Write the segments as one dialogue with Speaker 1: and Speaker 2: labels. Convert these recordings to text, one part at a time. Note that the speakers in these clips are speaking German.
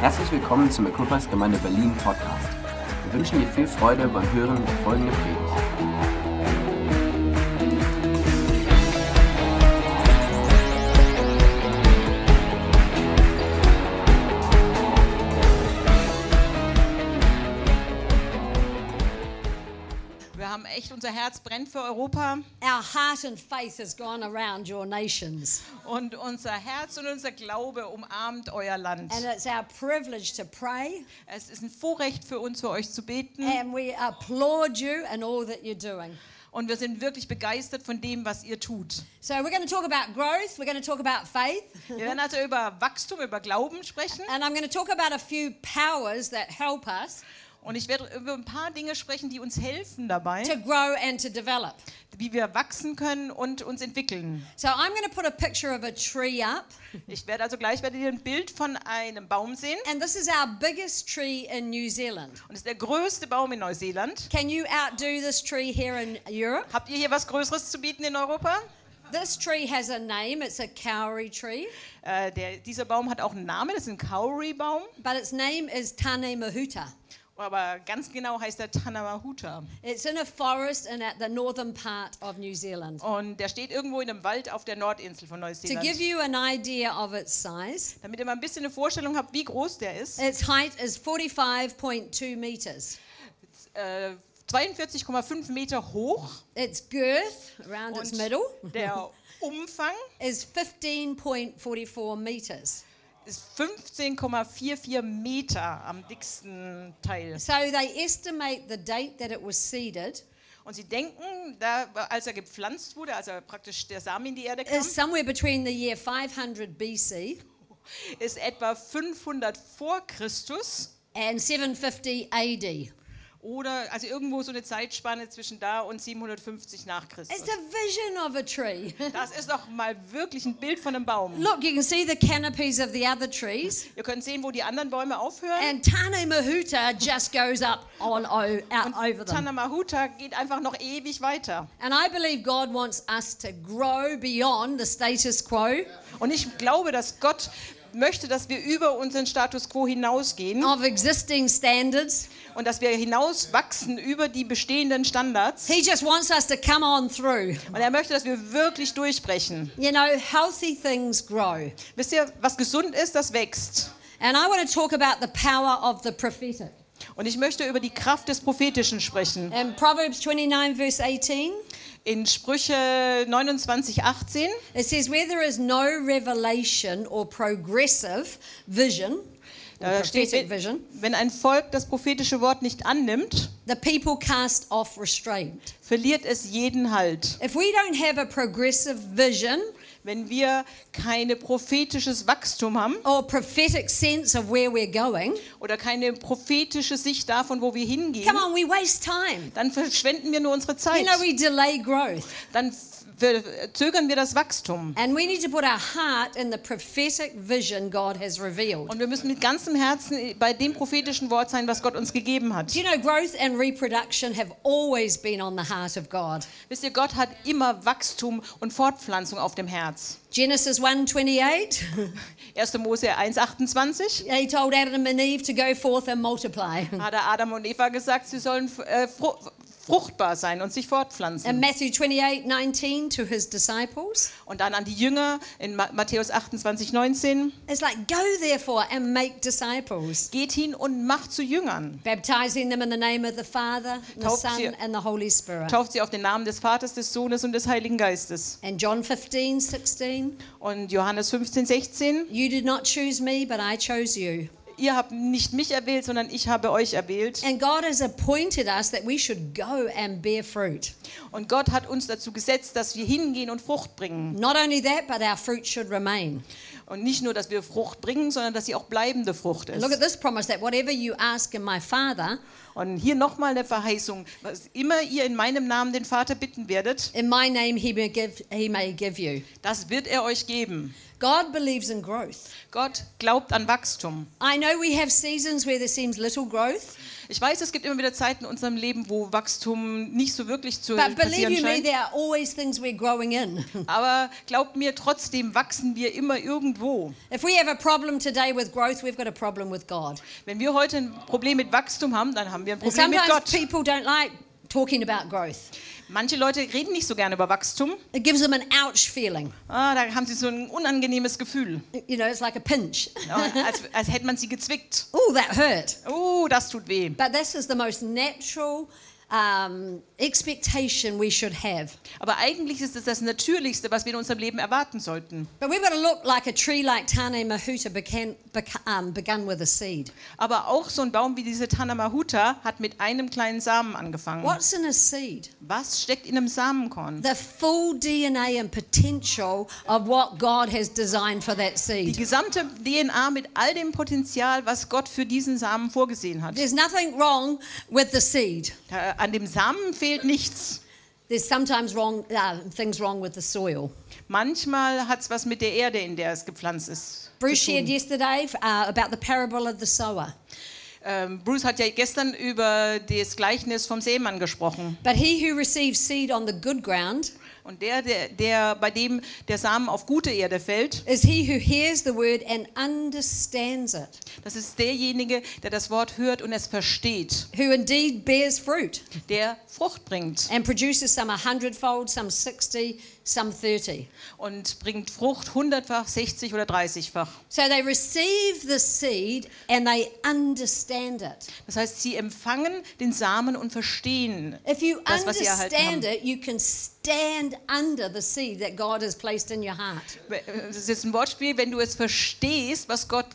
Speaker 1: Herzlich willkommen zum Equippers Gemeinde Berlin Podcast. Wir wünschen dir viel Freude beim Hören der folgenden Predigt.
Speaker 2: Wir haben echt, unser Herz brennt für Europa
Speaker 3: Our heart and faith has gone around your nations,
Speaker 2: und unser Herz und unser Glaube umarmt euer Land.
Speaker 3: and it's our privilege to pray.
Speaker 2: Es ist ein Vorrecht für uns, für euch zu beten
Speaker 3: And we applaud you and all that you're doing.
Speaker 2: und wir sind wirklich begeistert von dem, was ihr tut.
Speaker 3: So, we're going to talk about growth, we're going to talk about faith,
Speaker 2: Wir werden also über Wachstum, über Glauben sprechen
Speaker 3: and I'm going to talk about a few powers that help us
Speaker 2: und ich werde über ein paar Dinge sprechen, die uns helfen dabei,
Speaker 3: to grow and to develop.
Speaker 2: wie wir wachsen können und uns entwickeln.
Speaker 3: So, I'm going to put a picture of a tree up,
Speaker 2: Ich werde also gleich werdet ihr ein Bild von einem Baum sehen
Speaker 3: and this is our biggest tree in New Zealand.
Speaker 2: und es ist der größte Baum in Neuseeland.
Speaker 3: Can you outdo this tree here in Europe?
Speaker 2: Habt ihr hier was Größeres zu bieten in Europa?
Speaker 3: This tree has a name, it's a kauri tree,
Speaker 2: Äh, der, dieser Baum hat auch einen Namen, das ist ein Kauri-Baum,
Speaker 3: but its name is Tane Mahuta.
Speaker 2: aber ganz genau heißt er Tanamahuta.
Speaker 3: It's in a forest in at the northern part of New Zealand.
Speaker 2: Und der steht irgendwo in einem Wald auf der Nordinsel von
Speaker 3: To give
Speaker 2: Neuseeland.
Speaker 3: you an idea of its size,
Speaker 2: Damit ihr mal ein bisschen eine Vorstellung habt, wie groß der ist.
Speaker 3: its height is 45.2 meters.
Speaker 2: Äh, 42,5 Meter hoch.
Speaker 3: Its girth, around its
Speaker 2: Und
Speaker 3: middle,
Speaker 2: der Umfang
Speaker 3: is 15.44 meters.
Speaker 2: ist 15,44 Meter am dicksten Teil.
Speaker 3: So they estimate the date that it was seeded
Speaker 2: Und sie denken, da, als er gepflanzt wurde, als er praktisch der Samen in die Erde kam,
Speaker 3: is somewhere between the year 500 BC
Speaker 2: ist etwa 500 vor Christus.
Speaker 3: and 750 AD.
Speaker 2: Oder also irgendwo so eine Zeitspanne zwischen da und 750 nach Christus.
Speaker 3: It's a vision of a tree.
Speaker 2: Das ist doch mal wirklich ein Bild von einem Baum.
Speaker 3: Look, you can see the canopies of the other trees.
Speaker 2: Ihr könnt sehen, wo die anderen Bäume aufhören.
Speaker 3: And Tane Mahuta just goes up on o- out over them.
Speaker 2: Tanamahuta geht einfach noch ewig weiter.
Speaker 3: And I believe God wants us to grow beyond the status quo
Speaker 2: Und ich glaube, dass Gott möchte, dass wir über unseren Status quo hinausgehen
Speaker 3: of existing standards.
Speaker 2: und dass wir hinauswachsen über die bestehenden Standards.
Speaker 3: He just wants us to come on through.
Speaker 2: Und er möchte, dass wir wirklich durchbrechen.
Speaker 3: You know, healthy things grow.
Speaker 2: Wisst ihr, was gesund ist, das wächst.
Speaker 3: And I want to talk about the power of the prophetic.
Speaker 2: Und ich möchte über die Kraft des Prophetischen sprechen.
Speaker 3: In Proverbs 29, verse 18,
Speaker 2: In Sprüche 29, 18
Speaker 3: it says, Where there is no revelation or progressive vision, or
Speaker 2: Da steht,
Speaker 3: prophetic
Speaker 2: wenn,
Speaker 3: vision,
Speaker 2: wenn ein Volk das prophetische Wort nicht annimmt,
Speaker 3: the people cast off restraint.
Speaker 2: verliert es jeden Halt.
Speaker 3: If we don't have a progressive vision
Speaker 2: Wenn wir keine prophetisches Wachstum haben
Speaker 3: or prophetic sense of where we're going,
Speaker 2: oder keine prophetische Sicht davon, wo wir hingehen,
Speaker 3: come on, we waste time.
Speaker 2: dann verschwenden wir nur unsere
Speaker 3: You
Speaker 2: Zeit.
Speaker 3: know, we delay growth.
Speaker 2: Dann f- verzögern wir das Wachstum.
Speaker 3: And we need to put our heart in the prophetic vision God has revealed.
Speaker 2: Und wir müssen mit ganzem Herzen bei dem prophetischen Wort sein, was Gott uns gegeben hat.
Speaker 3: Do you know growth and reproduction have always been on the heart of God?
Speaker 2: Wisst ihr, Gott hat immer Wachstum und Fortpflanzung auf dem Herz.
Speaker 3: Genesis 1:28,
Speaker 2: 1. Mose 1, 28.
Speaker 3: he told Adam and Eve to go forth and multiply.
Speaker 2: hat er Adam und Eva gesagt, sie sollen äh, fru fruchtbar sein und sich
Speaker 3: And
Speaker 2: fortpflanzen.
Speaker 3: Matthew 28:19 to his disciples,
Speaker 2: Und dann an die Jünger in Ma Matthäus 28, 19,
Speaker 3: it's like go therefore and make disciples.
Speaker 2: geht hin und macht zu Jüngern.
Speaker 3: baptizing them in the name of the Father, and the
Speaker 2: Tauft
Speaker 3: Son,
Speaker 2: sie-
Speaker 3: and the Holy Spirit.
Speaker 2: Tauft sie auf den Namen des Vaters, des Sohnes und des Heiligen Geistes.
Speaker 3: And John 15, 16,
Speaker 2: Und Johannes 15, 16,
Speaker 3: you did not choose me, but I chose you.
Speaker 2: ihr habt nicht mich erwählt, sondern ich habe euch erwählt.
Speaker 3: And God has appointed us that we should go and bear fruit.
Speaker 2: Und Gott hat uns dazu gesetzt, dass wir hingehen und Frucht bringen.
Speaker 3: Not only that, but our fruit should remain.
Speaker 2: Und nicht nur, dass wir Frucht bringen, sondern dass sie auch bleibende Frucht
Speaker 3: And look at
Speaker 2: ist.
Speaker 3: this promise that whatever you ask in my Father,
Speaker 2: Und hier nochmal eine Verheißung. Was immer ihr in meinem Namen den Vater bitten werdet,
Speaker 3: in my name he may give, he may give you.
Speaker 2: Das wird er euch geben.
Speaker 3: God believes in growth.
Speaker 2: Gott glaubt an Wachstum.
Speaker 3: I know know we have seasons where there seems little growth,
Speaker 2: Ich weiß, es gibt immer wieder Zeiten in unserem Leben, wo Wachstum nicht so wirklich zu
Speaker 3: but believe
Speaker 2: passieren
Speaker 3: you me,
Speaker 2: scheint.
Speaker 3: there are always things we're growing in.
Speaker 2: Aber glaubt mir, trotzdem wachsen wir immer irgendwo.
Speaker 3: If we have a problem today with growth, we've got a problem with God.
Speaker 2: Wenn wir heute ein Problem mit Wachstum haben, dann haben wir ein
Speaker 3: And
Speaker 2: Problem mit
Speaker 3: sometimes
Speaker 2: Gott.
Speaker 3: people don't like talking about growth.
Speaker 2: Manche Leute reden nicht so gerne über Wachstum.
Speaker 3: It gives them an ouch feeling.
Speaker 2: Ah, da haben sie so ein unangenehmes Gefühl.
Speaker 3: You know, it's like a pinch.
Speaker 2: Ja, als, als hätte man sie gezwickt.
Speaker 3: Oh, that hurt.
Speaker 2: Oh, das tut weh.
Speaker 3: But this is the most natural um, expectation we should have.
Speaker 2: Aber eigentlich ist es das Natürlichste, was wir in unserem Leben erwarten sollten.
Speaker 3: But we've got to look like a tree like Tane Mahuta began, beca- um, begun with a seed.
Speaker 2: Aber auch so ein Baum wie diese Tanamahuta hat mit einem kleinen Samen angefangen.
Speaker 3: What's in a seed?
Speaker 2: Was steckt in einem Samenkorn?
Speaker 3: The full DNA and potential of what God has designed for that
Speaker 2: Die
Speaker 3: seed.
Speaker 2: gesamte DNA mit all dem Potenzial, was Gott für diesen Samen vorgesehen hat.
Speaker 3: There's nothing wrong with the seed.
Speaker 2: Da- An dem Samen fehlt nichts.
Speaker 3: There's sometimes wrong uh, things wrong with the soil.
Speaker 2: Manchmal hat es was mit der Erde, in der es gepflanzt ist.
Speaker 3: Bruce shared yesterday uh, about the parable of the sower.
Speaker 2: Ähm, Bruce hat ja gestern über das Gleichnis vom Seemann gesprochen.
Speaker 3: But he who receives seed on the good ground
Speaker 2: Und der, der, der, bei dem der Samen auf gute Erde fällt,
Speaker 3: is he who hears the word and understands it,
Speaker 2: das ist derjenige, der das Wort hört und es versteht,
Speaker 3: who indeed bears fruit
Speaker 2: der Frucht bringt
Speaker 3: and produces some a hundredfold, some sixty, some thirty.
Speaker 2: und bringt Frucht hundertfach, 60 oder 30-fach.
Speaker 3: So they receive the seed and they understand it.
Speaker 2: Das heißt, sie empfangen den Samen und verstehen.
Speaker 3: If you
Speaker 2: Das, was sie erhalten
Speaker 3: understand
Speaker 2: haben.
Speaker 3: it, you can stand under the seed that God has placed in your heart.
Speaker 2: Das ist jetzt ein Wortspiel, wenn du es verstehst, was Gott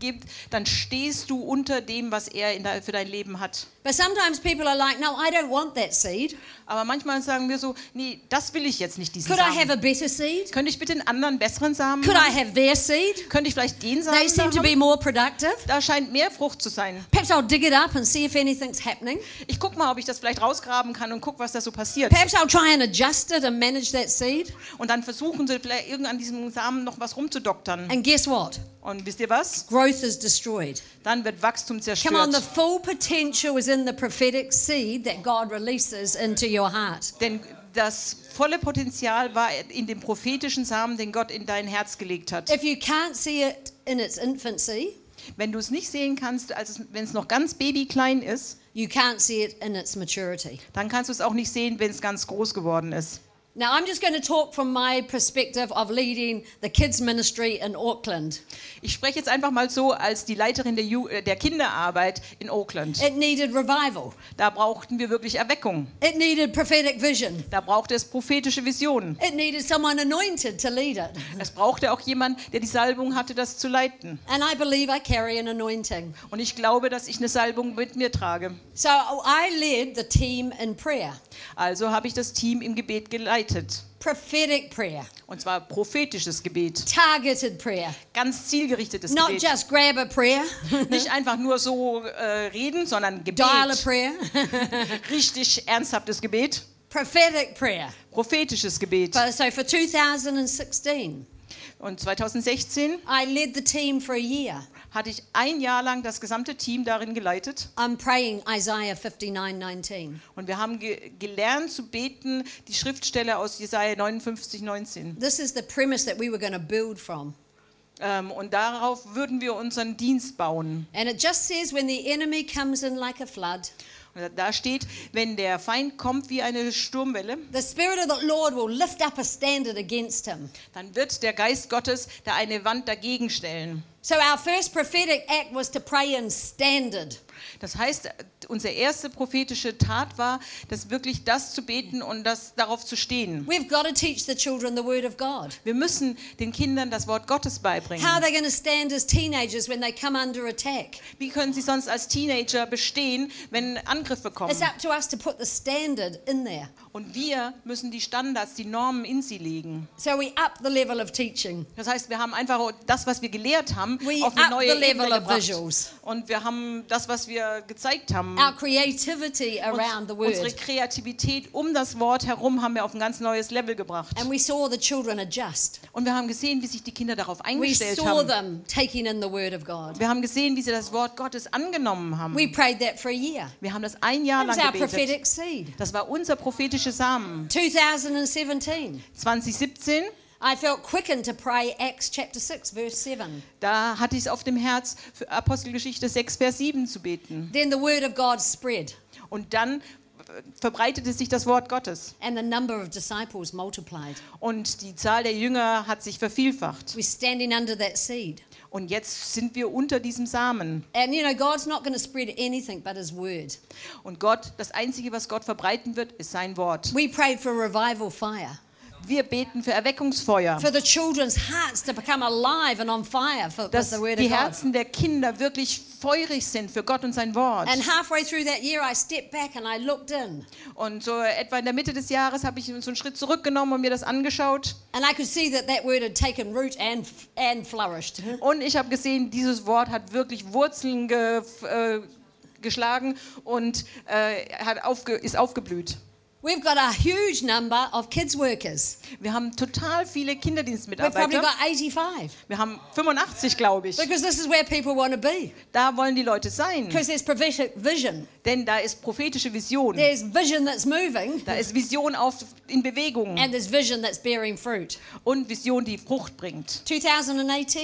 Speaker 2: gibt, dann stehst du unter dem, was er in de- für dein Leben hat.
Speaker 3: But sometimes people are like, no, I don't want that seed.
Speaker 2: Aber manchmal sagen wir so, nee, das will ich jetzt nicht, diesen
Speaker 3: Could I have
Speaker 2: Samen.
Speaker 3: a better seed?
Speaker 2: Könnte ich bitte einen anderen, besseren Samen
Speaker 3: Could I
Speaker 2: haben?
Speaker 3: have their seed?
Speaker 2: Könnte ich vielleicht den Samen
Speaker 3: They seem
Speaker 2: da
Speaker 3: to
Speaker 2: haben?
Speaker 3: be more productive.
Speaker 2: Da scheint mehr Frucht zu sein.
Speaker 3: Perhaps I'll dig it up and see if anything's happening.
Speaker 2: Ich guck mal, ob ich das vielleicht rausgraben kann und guck, was da so passiert.
Speaker 3: Perhaps I'll try and adjust it and manage that seed.
Speaker 2: Und dann versuchen sie vielleicht irgend an diesem Samen noch was rumzudoktern.
Speaker 3: And guess what?
Speaker 2: Und wisst ihr was?
Speaker 3: Growth is destroyed.
Speaker 2: Dann wird Wachstum
Speaker 3: Come on, the
Speaker 2: zerstört.
Speaker 3: full potential is in the prophetic seed that God releases into your heart.
Speaker 2: Denn das volle Potenzial war in dem prophetischen Samen, den Gott in dein Herz gelegt hat.
Speaker 3: If you can't see it in its infancy,
Speaker 2: Wenn du es nicht sehen kannst, als es, wenn es noch ganz babyklein ist,
Speaker 3: you can't see it in its maturity.
Speaker 2: dann kannst du es auch nicht sehen, wenn es ganz groß geworden ist.
Speaker 3: Now, I'm just going to talk from my perspective of leading the kids' ministry in Auckland.
Speaker 2: Ich spreche jetzt einfach mal so als die Leiterin der, Ju äh, der Kinderarbeit in Oakland.
Speaker 3: It needed revival,
Speaker 2: Da brauchten wir wirklich Erweckung.
Speaker 3: it needed prophetic vision,
Speaker 2: Da brauchte es prophetische Visionen.
Speaker 3: it needed someone anointed to lead it.
Speaker 2: Es brauchte auch jemand, der die Salbung hatte, das zu leiten.
Speaker 3: And I believe I carry an anointing.
Speaker 2: Und ich glaube, dass ich eine Salbung mit mir trage.
Speaker 3: So I led the team in prayer,
Speaker 2: Also habe ich das Team im Gebet geleitet.
Speaker 3: prophetic prayer,
Speaker 2: Und zwar prophetisches Gebet.
Speaker 3: targeted prayer,
Speaker 2: Ganz zielgerichtetes
Speaker 3: not
Speaker 2: Gebet.
Speaker 3: just ne? grab a prayer,
Speaker 2: Nicht einfach nur so äh, reden, sondern Gebet.
Speaker 3: dial a prayer,
Speaker 2: Richtig ernsthaftes Gebet.
Speaker 3: prophetic prayer.
Speaker 2: Prophetisches Gebet.
Speaker 3: But- So for 2016,
Speaker 2: Und 2016
Speaker 3: I led the team for a year.
Speaker 2: hatte ich ein Jahr lang das gesamte Team darin geleitet.
Speaker 3: I'm praying Isaiah 59:19.
Speaker 2: Und wir haben ge gelernt zu beten, die Schriftstelle aus Jesaja 59, 19.
Speaker 3: This is the premise that we were going to build from.
Speaker 2: Ähm, und darauf würden wir unseren Dienst bauen.
Speaker 3: And it just says when the enemy comes in like a flood,
Speaker 2: Und da steht, wenn der Feind kommt wie eine Sturmwelle,
Speaker 3: the spirit of the Lord will lift up a standard against him.
Speaker 2: dann wird der Geist Gottes da eine Wand dagegen stellen.
Speaker 3: So our first prophetic act was to pray in standard.
Speaker 2: Das heißt, unsere erste prophetische Tat war, das wirklich das zu beten und das darauf zu stehen.
Speaker 3: We've got to teach the children the word of God.
Speaker 2: Wir müssen den Kindern das Wort Gottes beibringen.
Speaker 3: How are they going to stand as teenagers when they come under attack?
Speaker 2: Wie können sie sonst als Teenager bestehen, wenn Angriffe kommen?
Speaker 3: It's up to us to put the standard in there.
Speaker 2: Und wir müssen die Standards, die Normen in sie legen.
Speaker 3: So we up the level of teaching.
Speaker 2: Das heißt, wir haben einfach das, was wir gelehrt haben,
Speaker 3: We
Speaker 2: auf
Speaker 3: up
Speaker 2: eine neue
Speaker 3: the level
Speaker 2: Ebene
Speaker 3: of
Speaker 2: gebracht.
Speaker 3: visuals.
Speaker 2: Und wir haben das, was was wir gezeigt haben.
Speaker 3: Our creativity around the
Speaker 2: Unsere
Speaker 3: word.
Speaker 2: Kreativität um das Wort herum haben wir auf ein ganz neues Level gebracht.
Speaker 3: And we saw the children adjust.
Speaker 2: Und wir haben gesehen, wie sich die Kinder darauf
Speaker 3: We
Speaker 2: eingestellt
Speaker 3: saw
Speaker 2: haben.
Speaker 3: them taking in the word of God.
Speaker 2: Wir haben gesehen, wie sie das Wort Gottes angenommen haben.
Speaker 3: We prayed that for a year.
Speaker 2: Wir haben das ein Jahr
Speaker 3: That was our
Speaker 2: lang gebetet.
Speaker 3: prophetic seed.
Speaker 2: Das war unser prophetischer Samen.
Speaker 3: 2017.
Speaker 2: 2017,
Speaker 3: I felt quickened to pray Acts chapter 6, verse 7.
Speaker 2: da hatte ich es auf dem Herz, für Apostelgeschichte 6, Vers 7 zu beten.
Speaker 3: Then the word of God spread,
Speaker 2: Und dann äh, verbreitete sich das Wort Gottes.
Speaker 3: and the number of disciples multiplied.
Speaker 2: Und die Zahl der Jünger hat sich vervielfacht.
Speaker 3: We're standing under that seed.
Speaker 2: Und jetzt sind wir unter diesem Samen.
Speaker 3: And you know, God's not going to spread anything but His word.
Speaker 2: Und Gott, das Einzige, was Gott verbreiten wird, ist sein Wort.
Speaker 3: We prayed for revival fire,
Speaker 2: Wir beten für Erweckungsfeuer,
Speaker 3: for the children's hearts to become alive and on fire for with
Speaker 2: dass
Speaker 3: the word of
Speaker 2: die
Speaker 3: God.
Speaker 2: Herzen der Kinder wirklich feurig sind für Gott und sein Wort.
Speaker 3: And halfway through that year, I stepped back and I looked in,
Speaker 2: Und so etwa in der Mitte des Jahres habe ich so einen Schritt zurückgenommen und mir das angeschaut.
Speaker 3: and I could see that that word had taken root and and flourished.
Speaker 2: Und ich habe gesehen, dieses Wort hat wirklich Wurzeln ge, f- äh, geschlagen und äh, hat aufge, ist aufgeblüht.
Speaker 3: We've got a huge number of kids workers.
Speaker 2: Wir haben total viele
Speaker 3: We've probably
Speaker 2: Kinderdienstmitarbeiter.
Speaker 3: got 85.
Speaker 2: Wir haben 85, glaube ich.
Speaker 3: Because this is where people want to be.
Speaker 2: Da wollen die Leute sein.
Speaker 3: Because there's prophetic vision.
Speaker 2: Denn da ist prophetische Vision.
Speaker 3: There's vision that's moving,
Speaker 2: Da ist Vision auf, in Bewegung
Speaker 3: and there's vision that's bearing fruit.
Speaker 2: und Vision, die Frucht bringt.
Speaker 3: 2018,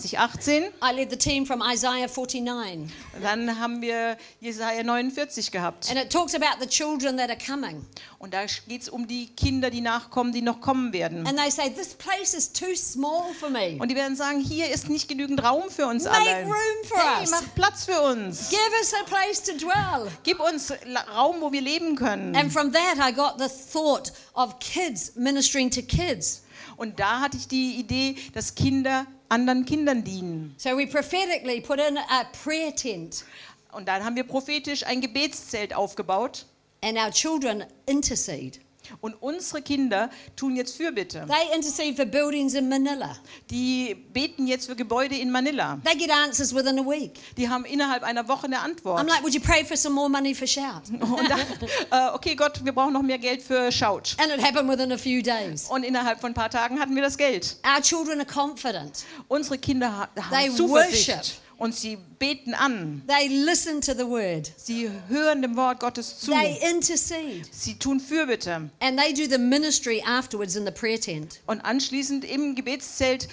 Speaker 2: 2018,
Speaker 3: I led the team from Isaiah 49,
Speaker 2: dann haben wir Jesaja 49 gehabt.
Speaker 3: and it talks about the children that are coming.
Speaker 2: Und da geht es um die Kinder, die nachkommen, die noch kommen werden.
Speaker 3: And they say, This place is too small for me.
Speaker 2: Und die werden sagen, hier ist nicht genügend Raum für uns
Speaker 3: Make
Speaker 2: alle.
Speaker 3: room for
Speaker 2: hey,
Speaker 3: us.
Speaker 2: mach Platz für uns.
Speaker 3: Give us a place to dwell.
Speaker 2: Gib uns La- Raum, wo wir leben können.
Speaker 3: And from that, I got the thought of kids ministering to kids.
Speaker 2: Und da hatte ich die Idee, dass Kinder anderen Kindern dienen.
Speaker 3: So we prophetically put in a prayer tent,
Speaker 2: Und dann haben wir prophetisch ein Gebetszelt aufgebaut.
Speaker 3: and our children intercede.
Speaker 2: Und unsere Kinder tun jetzt Fürbitte.
Speaker 3: They intercede for buildings in Manila.
Speaker 2: Die beten jetzt für Gebäude in Manila.
Speaker 3: They get answers within a week.
Speaker 2: Die haben innerhalb einer Woche eine
Speaker 3: I'm
Speaker 2: Antwort.
Speaker 3: like, would you pray for some more money for shout?
Speaker 2: Und dann, äh, okay, Gott, wir brauchen noch mehr Geld für Schaut.
Speaker 3: And it happened within a few days.
Speaker 2: Und innerhalb von ein paar Tagen hatten wir das Geld.
Speaker 3: Our children are confident.
Speaker 2: Unsere Kinder ha- haben
Speaker 3: They
Speaker 2: Zuversicht
Speaker 3: worship.
Speaker 2: und sie beten an.
Speaker 3: They listen to the word.
Speaker 2: Sie hören dem Wort Gottes zu.
Speaker 3: They intercede.
Speaker 2: Sie tun Fürbitte.
Speaker 3: And they do the ministry afterwards in the prayer tent.
Speaker 2: Und anschließend im Gebetszelt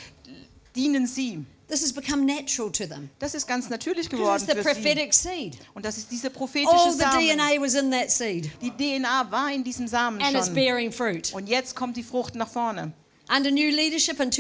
Speaker 2: dienen sie.
Speaker 3: This has become natural to them.
Speaker 2: Das ist ganz natürlich geworden
Speaker 3: Because it's the
Speaker 2: für sie.
Speaker 3: prophetic seed.
Speaker 2: Und das ist dieser prophetische
Speaker 3: All the
Speaker 2: Samen.
Speaker 3: DNA was in that seed.
Speaker 2: Die DNA war in diesem Samen
Speaker 3: And it's
Speaker 2: schon.
Speaker 3: bearing fruit.
Speaker 2: Und jetzt kommt die Frucht nach vorne.
Speaker 3: Under new leadership in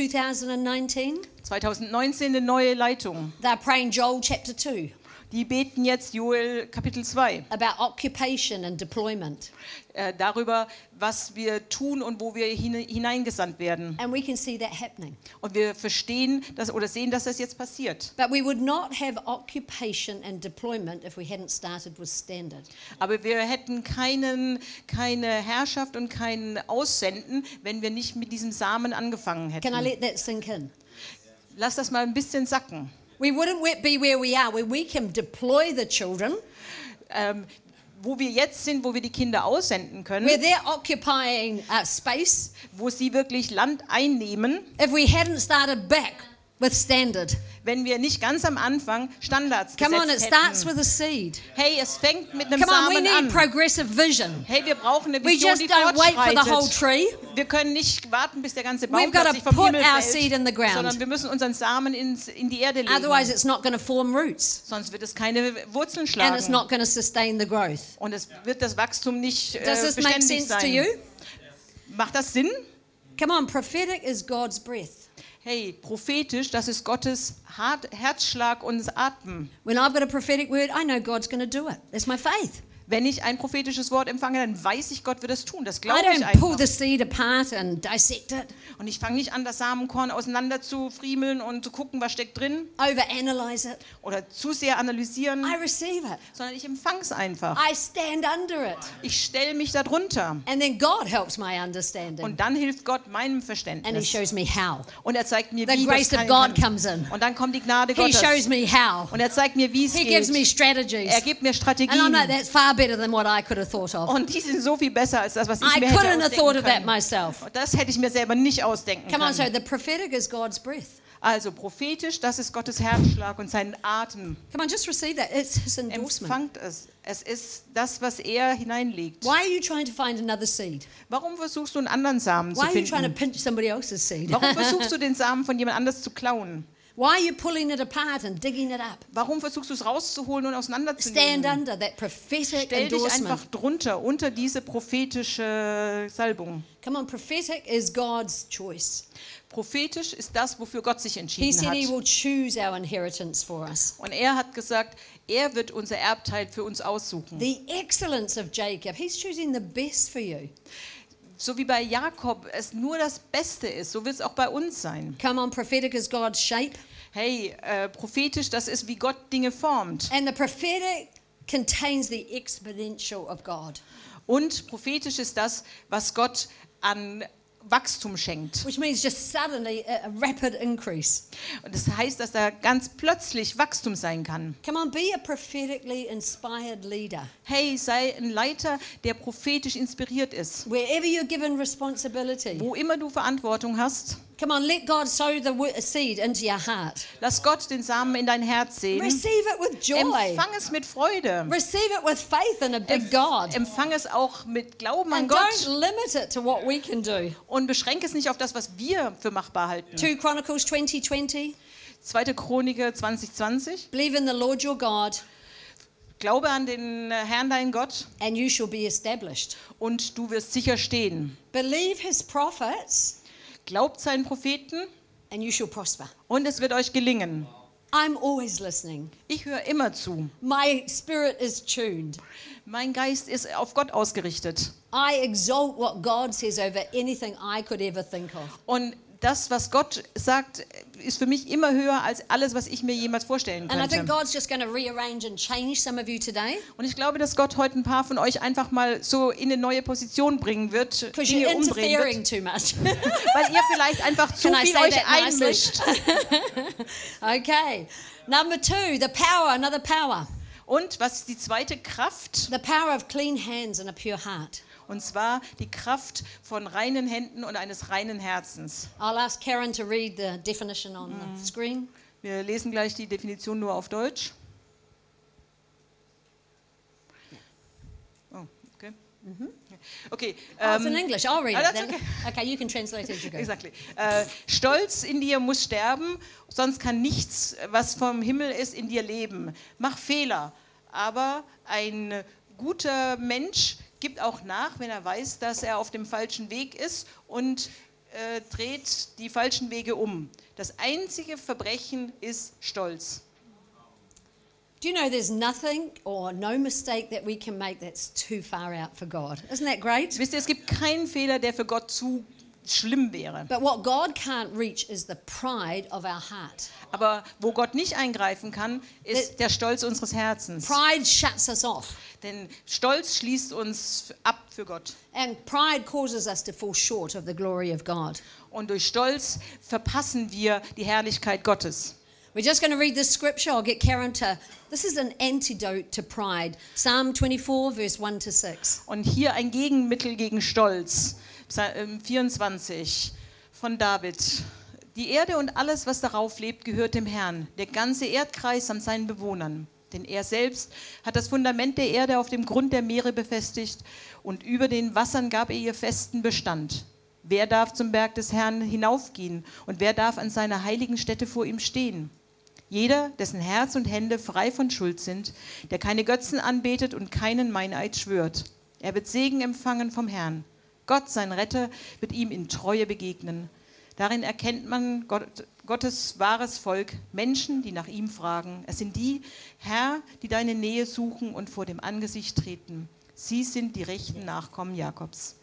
Speaker 3: 2019,
Speaker 2: 2019 eine neue Leitung.
Speaker 3: they're praying Joel chapter 2
Speaker 2: Die beten jetzt Joel Kapitel 2
Speaker 3: about occupation and deployment.
Speaker 2: äh, darüber, was wir tun und wo wir hin, hineingesandt werden.
Speaker 3: And we can see that happening.
Speaker 2: Und wir verstehen das oder sehen, dass das jetzt passiert.
Speaker 3: But we would not have occupation and deployment if we hadn't started with standard.
Speaker 2: Aber wir hätten keinen, keine Herrschaft und kein Aussenden, wenn wir nicht mit diesem Samen angefangen
Speaker 3: Can I
Speaker 2: hätten.
Speaker 3: let that sink in?
Speaker 2: Lass das mal ein bisschen sacken.
Speaker 3: We wouldn't we- be where we are, where we can deploy the children,
Speaker 2: Ähm, wo wir jetzt sind, wo wir die Kinder aussenden können,
Speaker 3: where they're occupying uh, space,
Speaker 2: wo sie wirklich Land einnehmen,
Speaker 3: if we hadn't started back with standard.
Speaker 2: wenn wir nicht ganz am Anfang Standards
Speaker 3: Come on, it
Speaker 2: gesetzt
Speaker 3: starts
Speaker 2: hätten.
Speaker 3: with a seed.
Speaker 2: Hey, es fängt mit einem
Speaker 3: Come on, we
Speaker 2: Samen
Speaker 3: need
Speaker 2: an.
Speaker 3: progressive vision.
Speaker 2: Hey, wir brauchen eine
Speaker 3: We
Speaker 2: Vision,
Speaker 3: just
Speaker 2: die
Speaker 3: don't wait for the whole
Speaker 2: fortschreitet.
Speaker 3: tree.
Speaker 2: Wir können nicht warten, bis der ganze
Speaker 3: We've
Speaker 2: Baum
Speaker 3: gotta
Speaker 2: plötzlich vom
Speaker 3: put
Speaker 2: Himmel
Speaker 3: our
Speaker 2: fällt,
Speaker 3: seed in the ground.
Speaker 2: sondern wir müssen unseren Samen ins, in die Erde legen.
Speaker 3: Otherwise, it's not going to form roots
Speaker 2: Sonst wird es keine Wurzeln
Speaker 3: and it's
Speaker 2: schlagen.
Speaker 3: not going to sustain the growth.
Speaker 2: Und es wird das Wachstum nicht äh,
Speaker 3: Does this make
Speaker 2: beständig
Speaker 3: sense to
Speaker 2: sein.
Speaker 3: you?
Speaker 2: Macht das Sinn?
Speaker 3: Come on, prophetic is God's breath.
Speaker 2: Hey, prophetisch, das ist Gottes Hart Herzschlag und das Atmen.
Speaker 3: When I've got a prophetic word, I know God's going to do it. That's my faith.
Speaker 2: Wenn ich ein prophetisches Wort empfange, dann weiß ich, Gott wird es tun. Das
Speaker 3: I
Speaker 2: glaube ich
Speaker 3: don't pull
Speaker 2: einfach.
Speaker 3: the seed apart and dissect it,
Speaker 2: Und ich fange nicht an, das Samenkorn auseinander zu friemeln und zu gucken, was steckt drin
Speaker 3: overanalyze it.
Speaker 2: oder zu sehr analysieren,
Speaker 3: I receive it.
Speaker 2: sondern ich empfange es einfach.
Speaker 3: I stand under it.
Speaker 2: Ich stelle mich darunter.
Speaker 3: And then God helps my understanding.
Speaker 2: Und dann hilft Gott meinem
Speaker 3: And He
Speaker 2: Verständnis.
Speaker 3: shows me how.
Speaker 2: Und er zeigt mir,
Speaker 3: The
Speaker 2: wie
Speaker 3: grace
Speaker 2: das sein
Speaker 3: of God
Speaker 2: kann.
Speaker 3: comes in.
Speaker 2: Und dann kommt die Gnade
Speaker 3: He shows
Speaker 2: Gottes.
Speaker 3: me how.
Speaker 2: Und er zeigt mir, wie es
Speaker 3: He gives me
Speaker 2: geht. Er
Speaker 3: strategies.
Speaker 2: gibt mir
Speaker 3: And I'm like,
Speaker 2: Strategien.
Speaker 3: that's far better than what I could have thought of.
Speaker 2: Und die sind so viel besser als das, was ich
Speaker 3: I
Speaker 2: mir hätte
Speaker 3: couldn't have thought
Speaker 2: ausdenken
Speaker 3: of that
Speaker 2: können.
Speaker 3: myself.
Speaker 2: Und das hätte ich mir selber nicht ausdenken
Speaker 3: Come on, so
Speaker 2: können.
Speaker 3: the prophetic is God's breath.
Speaker 2: Also prophetisch, das ist Gottes Herzschlag und sein Atem.
Speaker 3: Come on, just receive that. It's His endorsement.
Speaker 2: Empfangt es. Es ist das, was er hineinlegt.
Speaker 3: Why are you trying to find another seed?
Speaker 2: Warum versuchst du einen anderen Samen zu
Speaker 3: Why are you trying to
Speaker 2: finden?
Speaker 3: pinch somebody else's seed?
Speaker 2: Warum versuchst du den Samen von jemand anders zu klauen?
Speaker 3: Why are you pulling it apart and digging it up?
Speaker 2: Warum versuchst du es rauszuholen und auseinanderzunehmen?
Speaker 3: Stand under that prophetic
Speaker 2: Stell dich einfach
Speaker 3: endorsement.
Speaker 2: drunter, unter diese prophetische Salbung.
Speaker 3: Come on, prophetic is God's choice.
Speaker 2: Prophetisch ist das, wofür Gott sich
Speaker 3: He
Speaker 2: entschieden
Speaker 3: said He
Speaker 2: hat.
Speaker 3: will choose our inheritance for us.
Speaker 2: Und er hat gesagt, er wird unser Erbteil für uns aussuchen.
Speaker 3: The excellence of Jacob, he's choosing the best for you.
Speaker 2: So wie bei Jakob es nur das Beste ist, so wird es auch bei uns sein.
Speaker 3: Come on, prophetic is God's shape.
Speaker 2: Hey, äh, prophetisch, das ist, wie Gott Dinge formt.
Speaker 3: And the prophetic contains the exponential of God,
Speaker 2: Und prophetisch ist das, was Gott an Wachstum schenkt.
Speaker 3: which means just suddenly a, a rapid increase.
Speaker 2: Und das heißt, dass da ganz plötzlich Wachstum sein kann.
Speaker 3: Come on, be a prophetically inspired leader.
Speaker 2: Hey, sei ein Leiter, der prophetisch inspiriert ist.
Speaker 3: Wherever you're given responsibility,
Speaker 2: Wo immer du Verantwortung hast,
Speaker 3: come on, let God sow the wo- seed into your heart.
Speaker 2: lass Gott den Samen in dein Herz sehen.
Speaker 3: Receive it with joy.
Speaker 2: Empfang es mit Freude.
Speaker 3: Receive it with faith in a big God.
Speaker 2: Empfang es auch mit Glauben an
Speaker 3: And don't
Speaker 2: Gott
Speaker 3: limit it to what we can do.
Speaker 2: und beschränke es nicht auf das, was wir für machbar halten.
Speaker 3: 2 Chronicles 20 20.
Speaker 2: Zweite Chronike 2020.
Speaker 3: Believe in the Lord your God,
Speaker 2: Glaube an den äh, Herrn, deinen Gott,
Speaker 3: and you shall be established.
Speaker 2: und du wirst sicher stehen.
Speaker 3: Believe his prophets,
Speaker 2: Glaubt seinen Propheten
Speaker 3: and you shall prosper.
Speaker 2: und es wird euch gelingen.
Speaker 3: I'm always listening.
Speaker 2: Ich höre immer zu.
Speaker 3: My spirit is tuned.
Speaker 2: Mein Geist ist auf Gott ausgerichtet.
Speaker 3: I exalt what God says over anything I could ever think of.
Speaker 2: Und das, was Gott sagt, ist für mich immer höher als alles, was ich mir jemals vorstellen
Speaker 3: And I think
Speaker 2: könnte.
Speaker 3: God's just going to rearrange and change some of you today
Speaker 2: Und ich glaube, dass Gott heute ein paar von euch einfach mal so in eine neue Position bringen wird,
Speaker 3: because
Speaker 2: Dinge
Speaker 3: you're
Speaker 2: umbringen wird,
Speaker 3: interfering too much.
Speaker 2: weil ihr vielleicht einfach zu
Speaker 3: Can I
Speaker 2: viel
Speaker 3: say
Speaker 2: euch
Speaker 3: that nicely?
Speaker 2: einmischt.
Speaker 3: okay. Number two, the power, another power.
Speaker 2: Und was ist die zweite Kraft?
Speaker 3: The power of clean hands and a pure heart.
Speaker 2: Und zwar die Kraft von reinen Händen und eines reinen Herzens.
Speaker 3: I'll ask Karen to read the definition on the screen.
Speaker 2: Wir lesen gleich die Definition nur auf Deutsch. Oh, okay. Okay,
Speaker 3: Oh, it's Mhm. in
Speaker 2: ähm,
Speaker 3: English. I'll read
Speaker 2: oh,
Speaker 3: it.
Speaker 2: that's
Speaker 3: Then. Okay, you can translate as you go.
Speaker 2: exactly. Äh, Stolz in dir muss sterben, sonst kann nichts, was vom Himmel ist, in dir leben. Mach Fehler, aber ein guter Mensch gibt auch nach, wenn er weiß, dass er auf dem falschen Weg ist und äh, dreht die falschen Wege um. Das einzige Verbrechen ist Stolz.
Speaker 3: Do you know there's nothing or no mistake that we can make that's too far out for God? Isn't that great?
Speaker 2: Wisst ihr, es gibt keinen Fehler, der für Gott zu schlimm wäre.
Speaker 3: But what God can't reach is the pride of our heart.
Speaker 2: Aber wo Gott nicht eingreifen kann, ist der Stolz unseres Herzens.
Speaker 3: Pride shuts us off,
Speaker 2: Denn Stolz schließt uns ab für Gott.
Speaker 3: and pride causes us to fall short of the glory of God.
Speaker 2: Und durch Stolz verpassen wir die Herrlichkeit Gottes.
Speaker 3: We're just going to read this scripture. I'll get Karen to. This is an antidote to pride. Psalm 24, verse 1 to 6.
Speaker 2: Und hier ein Gegenmittel gegen Stolz. Psalm 24 von David. Die Erde und alles, was darauf lebt, gehört dem Herrn, der ganze Erdkreis samt seinen Bewohnern. Denn er selbst hat das Fundament der Erde auf dem Grund der Meere befestigt und über den Wassern gab er ihr festen Bestand. Wer darf zum Berg des Herrn hinaufgehen und wer darf an seiner heiligen Stätte vor ihm stehen? Jeder, dessen Herz und Hände frei von Schuld sind, der keine Götzen anbetet und keinen Meineid schwört. Er wird Segen empfangen vom Herrn. Gott, sein Retter, wird ihm in Treue begegnen. Darin erkennt man Gott, Gottes wahres Volk, Menschen, die nach ihm fragen. Es sind die, Herr, die deine Nähe suchen und vor dem Angesicht treten. Sie sind die rechten Nachkommen Jakobs.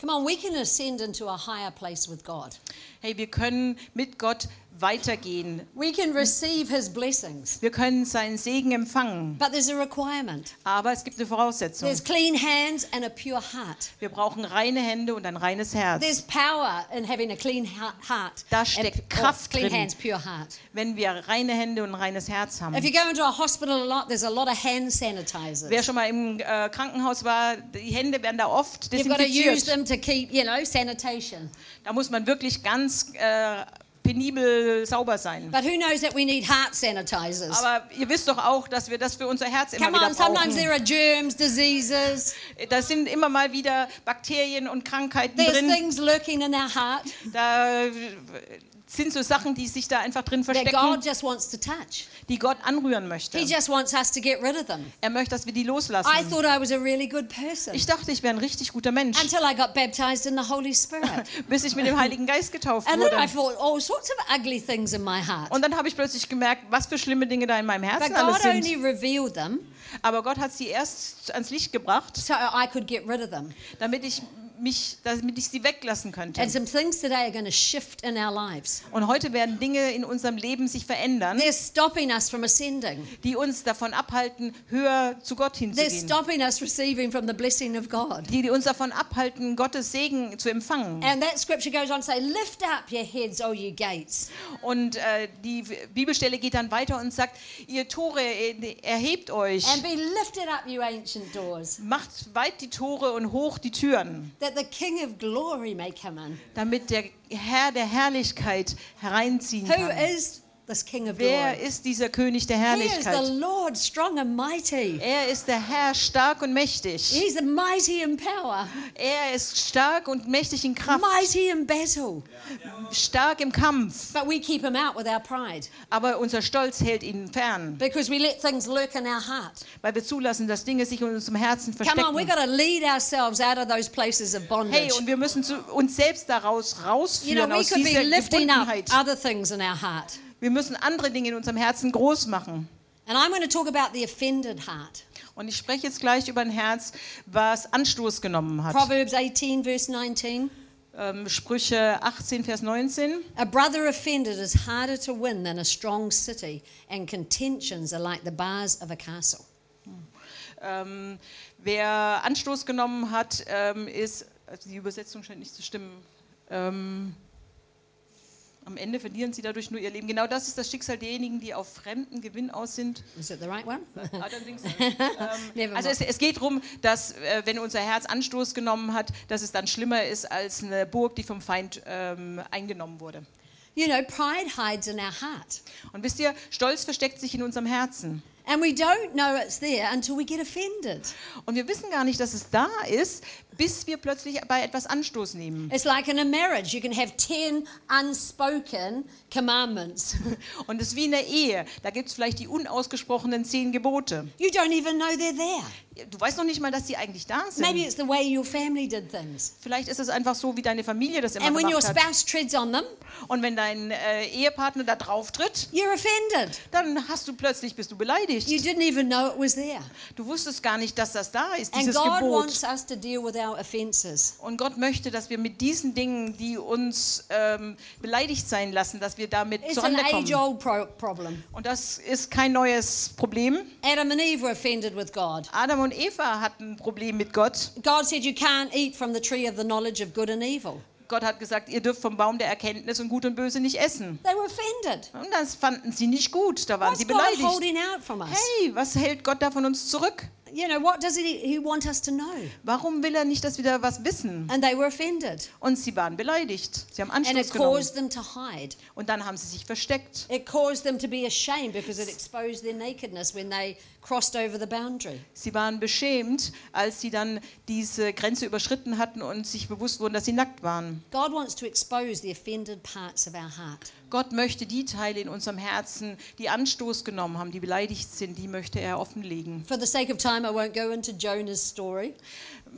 Speaker 3: Come on, we can ascend into a higher place with God.
Speaker 2: Hey, wir können mit Gott weitergehen.
Speaker 3: We can receive his blessings.
Speaker 2: Wir können seinen Segen empfangen.
Speaker 3: But there's a requirement.
Speaker 2: Aber es gibt eine Voraussetzung.
Speaker 3: There's clean hands and a pure heart.
Speaker 2: Wir brauchen reine Hände und ein reines Herz.
Speaker 3: There's power in having a clean ha- heart.
Speaker 2: Da
Speaker 3: and-
Speaker 2: steckt
Speaker 3: or
Speaker 2: Kraft
Speaker 3: clean
Speaker 2: drin.
Speaker 3: hands, pure heart.
Speaker 2: Wenn wir reine Hände und ein reines Herz haben.
Speaker 3: If you go into a hospital a lot, there's a lot of hand sanitizers.
Speaker 2: Wer schon mal im äh, Krankenhaus war, die Hände werden da oft
Speaker 3: You've got to
Speaker 2: desinfiziert.
Speaker 3: use them to keep, you know, sanitation.
Speaker 2: Da muss man wirklich ganz äh, penibel sauber sein.
Speaker 3: But who knows that we need heart sanitizers?
Speaker 2: Aber ihr wisst doch auch, dass wir das für unser Herz immer
Speaker 3: Come
Speaker 2: wieder
Speaker 3: on, sometimes
Speaker 2: brauchen.
Speaker 3: there are germs, diseases.
Speaker 2: Da sind immer mal wieder Bakterien und Krankheiten
Speaker 3: There's
Speaker 2: drin.
Speaker 3: things lurking in our heart
Speaker 2: Da äh, sind so Sachen, die sich da einfach drin
Speaker 3: that God
Speaker 2: verstecken,
Speaker 3: just wants to touch.
Speaker 2: die Gott anrühren möchte.
Speaker 3: He just wants us to get rid of them.
Speaker 2: Er möchte, dass wir die
Speaker 3: I
Speaker 2: loslassen.
Speaker 3: thought I was a really good person
Speaker 2: Ich dachte, ich wäre ein richtig guter Mensch,
Speaker 3: until I got baptized in the Holy Spirit.
Speaker 2: bis ich mit dem Heiligen Geist getauft
Speaker 3: And then I
Speaker 2: wurde.
Speaker 3: thought all sorts of ugly things in my heart.
Speaker 2: Und dann habe ich plötzlich gemerkt, was für schlimme Dinge da in meinem
Speaker 3: But
Speaker 2: Herzen alles
Speaker 3: God
Speaker 2: sind.
Speaker 3: only revealed them
Speaker 2: Aber Gott hat sie erst ans Licht gebracht,
Speaker 3: so I could get rid of them.
Speaker 2: damit ich mich, damit ich sie weglassen könnte.
Speaker 3: And some things today are going to shift in our lives.
Speaker 2: Und heute werden Dinge in unserem Leben sich verändern,
Speaker 3: They're stopping us from ascending.
Speaker 2: die uns davon abhalten, höher zu Gott
Speaker 3: They're
Speaker 2: hinzugehen.
Speaker 3: stopping us receiving from the blessing of God.
Speaker 2: Die, die uns davon abhalten, Gottes Segen zu empfangen.
Speaker 3: And that scripture goes on to say, Lift up your heads, O you gates.
Speaker 2: Und äh, die Bibelstelle geht dann weiter und sagt, ihr Tore, äh, erhebt euch.
Speaker 3: And be lifted up, you ancient doors,
Speaker 2: Macht weit die Tore und hoch die Türen,
Speaker 3: that the King of glory may come in.
Speaker 2: damit der Herr der Herrlichkeit hereinziehen
Speaker 3: Who
Speaker 2: kann.
Speaker 3: is this King of
Speaker 2: Wer
Speaker 3: glory?
Speaker 2: ist dieser König der
Speaker 3: He is the
Speaker 2: Herrlichkeit?
Speaker 3: Lord, strong and mighty.
Speaker 2: Er ist der Herr stark und mächtig.
Speaker 3: He's the mighty in power,
Speaker 2: Er ist stark und mächtig in Kraft,
Speaker 3: mighty in battle.
Speaker 2: stark im Kampf.
Speaker 3: But we keep him out with our pride
Speaker 2: Aber unser Stolz hält ihn fern,
Speaker 3: because we let things lurk in our heart.
Speaker 2: weil wir zulassen, dass Dinge sich in unserem Herzen
Speaker 3: Come on, we've
Speaker 2: verstecken.
Speaker 3: got to lead ourselves out of those places of
Speaker 2: Hey,
Speaker 3: bondage.
Speaker 2: und wir müssen zu uns selbst daraus
Speaker 3: You
Speaker 2: rausführen
Speaker 3: know, we
Speaker 2: aus
Speaker 3: could be
Speaker 2: dieser
Speaker 3: lifting up
Speaker 2: Gebundenheit.
Speaker 3: other things in our heart.
Speaker 2: Wir müssen andere Dinge in unserem Herzen groß machen.
Speaker 3: And I'm going to talk about the offended heart.
Speaker 2: Und ich spreche jetzt gleich über ein Herz, was Anstoß genommen hat.
Speaker 3: Proverbs 18, verse 19.
Speaker 2: Ähm, Sprüche 18, Vers 19.
Speaker 3: A brother offended is harder to win than a strong city, and contentions are like the bars of a castle.
Speaker 2: Ähm, wer Anstoß genommen hat, ähm, ist, also die Übersetzung scheint nicht zu stimmen. Ähm, am Ende verlieren sie dadurch nur ihr Leben. Genau das ist das Schicksal derjenigen, die auf fremden Gewinn aus sind. Ah,
Speaker 3: Is it the right one?
Speaker 2: I don't think so. ähm,
Speaker 3: Never
Speaker 2: also es,
Speaker 3: mind.
Speaker 2: es geht darum, dass äh, wenn unser Herz Anstoß genommen hat, dass es dann schlimmer ist als eine Burg, die vom Feind ähm, eingenommen wurde.
Speaker 3: You know, pride hides in our heart,
Speaker 2: Und wisst ihr, Stolz versteckt sich in unserem Herzen.
Speaker 3: and we don't know it's there until we get offended.
Speaker 2: Und wir wissen gar nicht, dass es da ist, bis wir plötzlich bei etwas Anstoß nehmen.
Speaker 3: It's like in a marriage, you can have 10 unspoken commandments.
Speaker 2: Und es ist wie in der Ehe. Da gibt es vielleicht die unausgesprochenen zehn Gebote.
Speaker 3: You don't even know they're there.
Speaker 2: Du weißt noch nicht mal, dass die eigentlich da sind.
Speaker 3: Maybe it's the way your family did things.
Speaker 2: Vielleicht ist es einfach so, wie deine Familie das immer
Speaker 3: And when your
Speaker 2: gemacht hat.
Speaker 3: spouse treads on them,
Speaker 2: Und wenn dein äh, Ehepartner da drauf tritt,
Speaker 3: you're offended.
Speaker 2: dann hast du plötzlich, bist du
Speaker 3: You
Speaker 2: beleidigt.
Speaker 3: didn't even know it was there.
Speaker 2: Du wusstest gar nicht, dass das da ist,
Speaker 3: And
Speaker 2: dieses
Speaker 3: God
Speaker 2: Gebot.
Speaker 3: wants us to deal with our offenses.
Speaker 2: Und Gott möchte, dass wir mit diesen Dingen, die uns ähm, beleidigt sein lassen, dass wir damit
Speaker 3: It's an
Speaker 2: zueinander kommen.
Speaker 3: age old pro- problem.
Speaker 2: Und das ist kein neues Problem.
Speaker 3: Adam and Eve were offended with God.
Speaker 2: Adam und Eva hatten ein Problem mit Gott.
Speaker 3: God said, You can't eat from the tree of the knowledge of good and evil.
Speaker 2: Gott hat gesagt, ihr dürft vom Baum der Erkenntnis und Gut und Böse nicht essen.
Speaker 3: They were offended.
Speaker 2: Und das fanden sie nicht gut, da waren
Speaker 3: What's
Speaker 2: sie
Speaker 3: God
Speaker 2: beleidigt.
Speaker 3: holding out from us?
Speaker 2: Hey, was hält Gott da von uns zurück?
Speaker 3: You know, what does he, he want us to know?
Speaker 2: Warum will er nicht, dass wir da was wissen?
Speaker 3: And they were offended.
Speaker 2: Und sie waren beleidigt. Sie haben
Speaker 3: And it
Speaker 2: Anstoß genommen.
Speaker 3: caused them to hide.
Speaker 2: Und dann haben sie sich versteckt.
Speaker 3: It caused them to be ashamed because it exposed their nakedness when they crossed over the boundary.
Speaker 2: Sie waren beschämt, als sie dann diese Grenze überschritten hatten und sich bewusst wurden, dass sie nackt waren.
Speaker 3: God wants to expose the offended parts of our heart.
Speaker 2: Gott möchte die Teile in unserem Herzen, die Anstoß genommen haben, die beleidigt sind, die möchte er offenlegen.
Speaker 3: For the sake of time, I won't go into Jonah's story.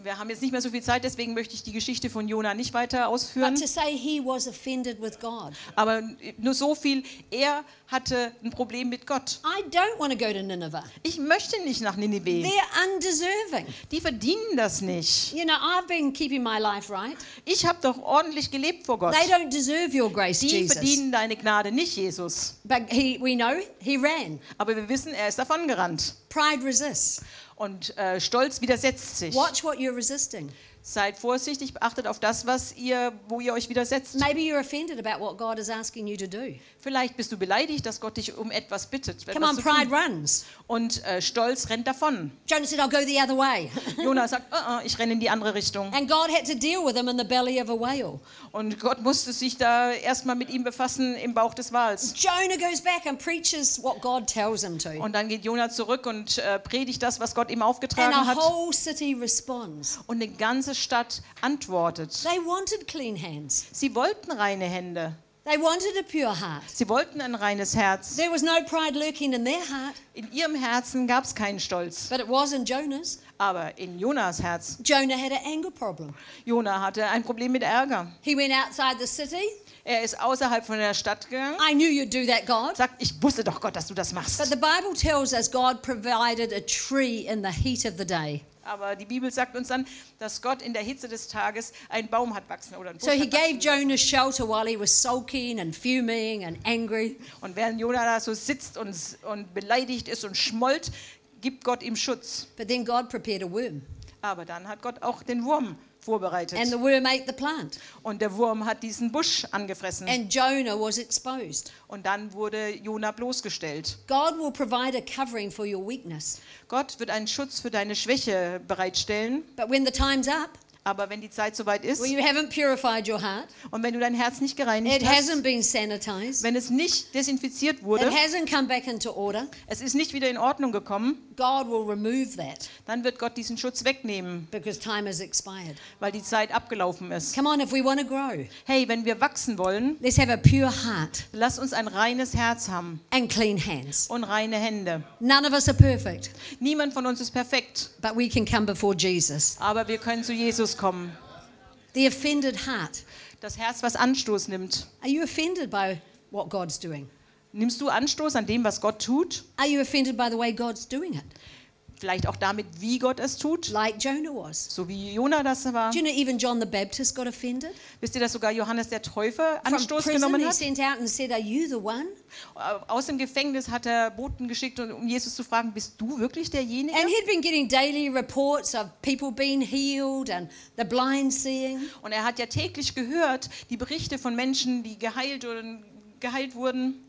Speaker 2: wir haben jetzt nicht mehr so viel Zeit, deswegen möchte ich die Geschichte von Jona nicht weiter
Speaker 3: But
Speaker 2: ausführen.
Speaker 3: to say he was offended with God.
Speaker 2: Aber nur so viel, er hatte ein Problem mit Gott.
Speaker 3: I don't want to go to Nineveh.
Speaker 2: Ich möchte nicht nach Ninive.
Speaker 3: They're undeserving.
Speaker 2: Die verdienen das nicht.
Speaker 3: You know, I've been keeping my life right.
Speaker 2: Ich habe doch ordentlich gelebt vor Gott.
Speaker 3: They don't deserve your grace,
Speaker 2: Die
Speaker 3: Jesus.
Speaker 2: verdienen deine Gnade nicht, Jesus.
Speaker 3: But he, we know he ran.
Speaker 2: Aber wir wissen, er ist davongerannt.
Speaker 3: Pride resists.
Speaker 2: Und äh, Stolz widersetzt sich.
Speaker 3: Watch what you're resisting.
Speaker 2: Seid vorsichtig, achtet auf das, was ihr, wo ihr euch widersetzt.
Speaker 3: Maybe you're offended about what God is asking you to do.
Speaker 2: Vielleicht bist du beleidigt, dass Gott dich um etwas bittet.
Speaker 3: Come
Speaker 2: etwas
Speaker 3: on,
Speaker 2: zu tun.
Speaker 3: pride runs.
Speaker 2: Und äh, Stolz rennt davon.
Speaker 3: Jonah said, I'll go the other way.
Speaker 2: Jonas sagt, "Äh, äh, ich renne in die andere Richtung.
Speaker 3: And God had to deal with him in the belly of a whale.
Speaker 2: Und Gott musste sich da erstmal mit ihm befassen im Bauch des Wals.
Speaker 3: Jonah goes back and preaches what God tells him to.
Speaker 2: Und dann geht Jonas zurück und äh, predigt das, was Gott ihm
Speaker 3: And
Speaker 2: aufgetragen
Speaker 3: a
Speaker 2: hat.
Speaker 3: whole city responds.
Speaker 2: Und eine ganze Stadt antwortet.
Speaker 3: They wanted clean hands.
Speaker 2: Sie wollten reine Hände.
Speaker 3: They wanted a pure heart.
Speaker 2: Sie wollten ein reines Herz.
Speaker 3: There was no pride lurking in their heart,
Speaker 2: In ihrem Herzen gab es keinen Stolz.
Speaker 3: but it was in Jonah's.
Speaker 2: Aber in Jonas Herz.
Speaker 3: Jonah had an anger problem.
Speaker 2: Jona hatte ein Problem mit Ärger.
Speaker 3: He went outside the city.
Speaker 2: Er ist außerhalb von der Stadt gegangen.
Speaker 3: I knew you'd do that, God.
Speaker 2: Sagt, ich wusste doch Gott, dass du das
Speaker 3: But
Speaker 2: machst.
Speaker 3: the Bible tells us God provided a tree in the heat of the day.
Speaker 2: Aber die Bibel sagt uns dann, dass Gott in der Hitze des Tages einen Baum hat wachsen oder einen
Speaker 3: So
Speaker 2: Busch
Speaker 3: he
Speaker 2: hat wachsen
Speaker 3: gave Jonah shelter while he was sulking and fuming and angry.
Speaker 2: Und während Jona da so sitzt und, und beleidigt ist und schmollt, gibt Gott ihm Schutz.
Speaker 3: But then God prepared a worm,
Speaker 2: Aber dann hat Gott auch den Wurm vorbereitet.
Speaker 3: and the worm ate the plant,
Speaker 2: und der Wurm hat diesen Busch angefressen.
Speaker 3: and Jonah was exposed.
Speaker 2: und dann wurde Jona bloßgestellt.
Speaker 3: God will provide a covering for your weakness.
Speaker 2: Gott wird einen Schutz für deine Schwäche bereitstellen.
Speaker 3: But when the time's up,
Speaker 2: Aber wenn die Zeit soweit ist
Speaker 3: when you haven't purified your heart,
Speaker 2: und wenn du dein Herz nicht gereinigt
Speaker 3: it hasn't
Speaker 2: hast,
Speaker 3: been sanitized,
Speaker 2: wenn es nicht desinfiziert wurde,
Speaker 3: it hasn't come back into order,
Speaker 2: es ist nicht wieder in Ordnung gekommen,
Speaker 3: God will remove that
Speaker 2: dann wird Gott diesen Schutz wegnehmen,
Speaker 3: because time has expired.
Speaker 2: weil die Zeit abgelaufen ist.
Speaker 3: Come on, if we want to grow,
Speaker 2: Hey, wenn wir wachsen wollen,
Speaker 3: let's have a pure heart
Speaker 2: lass uns ein reines Herz haben.
Speaker 3: and clean hands.
Speaker 2: und reine Hände.
Speaker 3: None of us are perfect,
Speaker 2: Niemand von uns ist perfekt,
Speaker 3: but we can come before Jesus.
Speaker 2: aber wir können zu Jesus kommen.
Speaker 3: The offended heart.
Speaker 2: Das Herz, was Anstoß nimmt.
Speaker 3: Are you offended by what God's doing?
Speaker 2: Nimmst du Anstoß an dem, was Gott tut?
Speaker 3: Are you offended by the way God's doing it?
Speaker 2: Vielleicht auch damit, wie Gott es tut?
Speaker 3: Like Jonah was.
Speaker 2: So wie Jona das war.
Speaker 3: Do you know even John the Baptist got offended?
Speaker 2: Wisst ihr, dass sogar Johannes der Täufer
Speaker 3: From
Speaker 2: Anstoß
Speaker 3: prison,
Speaker 2: genommen
Speaker 3: he
Speaker 2: hat?
Speaker 3: sent out and said, Are you the one?
Speaker 2: Aus dem Gefängnis hat er Boten geschickt, um Jesus zu fragen, bist du wirklich derjenige?
Speaker 3: And he'd been getting daily reports of people being healed and the blind seeing.
Speaker 2: Und er hat ja täglich gehört, die Berichte von Menschen, die geheilt, oder geheilt wurden.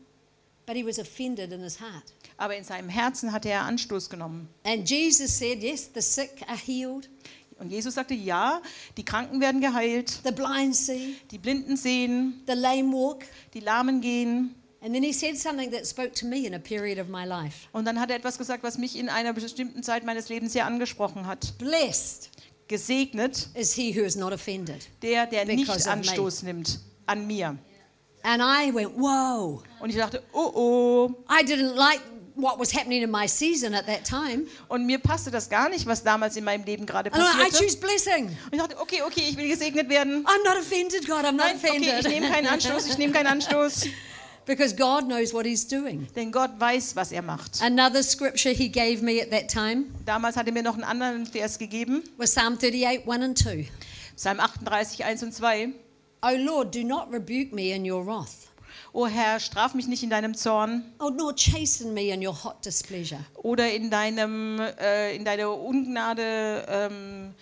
Speaker 3: But he was offended in his heart.
Speaker 2: Aber in seinem Herzen hatte er Anstoß genommen.
Speaker 3: And Jesus said, Yes, the sick are healed,
Speaker 2: Und Jesus sagte, ja, die Kranken werden geheilt,
Speaker 3: the blind see,
Speaker 2: die Blinden sehen,
Speaker 3: the lame walk.
Speaker 2: die Lahmen gehen.
Speaker 3: And then he said something that spoke to me in a period of my life.
Speaker 2: Und dann hat er etwas gesagt, was mich in einer bestimmten Zeit meines Lebens sehr angesprochen hat.
Speaker 3: Blessed
Speaker 2: Gesegnet
Speaker 3: is he who is not offended.
Speaker 2: der, der
Speaker 3: Because of
Speaker 2: nicht
Speaker 3: me.
Speaker 2: Anstoß nimmt an mir.
Speaker 3: And I went, Whoa.
Speaker 2: Und ich dachte, oh oh.
Speaker 3: I didn't like what was happening in my season at that time.
Speaker 2: Und mir passte das gar nicht, was damals in meinem Leben gerade
Speaker 3: And Oh, I, I
Speaker 2: passierte.
Speaker 3: choose blessing.
Speaker 2: Und ich dachte, okay, okay, ich will gesegnet werden.
Speaker 3: I'm not offended, God. I'm not
Speaker 2: Nein, okay,
Speaker 3: offended.
Speaker 2: ich nehme keinen Anstoß, ich nehme keinen Anstoß.
Speaker 3: because God knows what He's doing.
Speaker 2: Denn Gott weiß, was er macht.
Speaker 3: Another scripture He gave me at that time
Speaker 2: Damals hat er mir noch einen anderen Vers gegeben.
Speaker 3: was Psalm 38, 1 and 2.
Speaker 2: Psalm 38, 1 und 2.
Speaker 3: O Lord, do not rebuke me in your wrath,
Speaker 2: O Oh Herr, straf mich nicht in deinem Zorn
Speaker 3: O nor chasten me in your hot displeasure.
Speaker 2: oder in, deinem, äh, in deiner Ungnade ähm,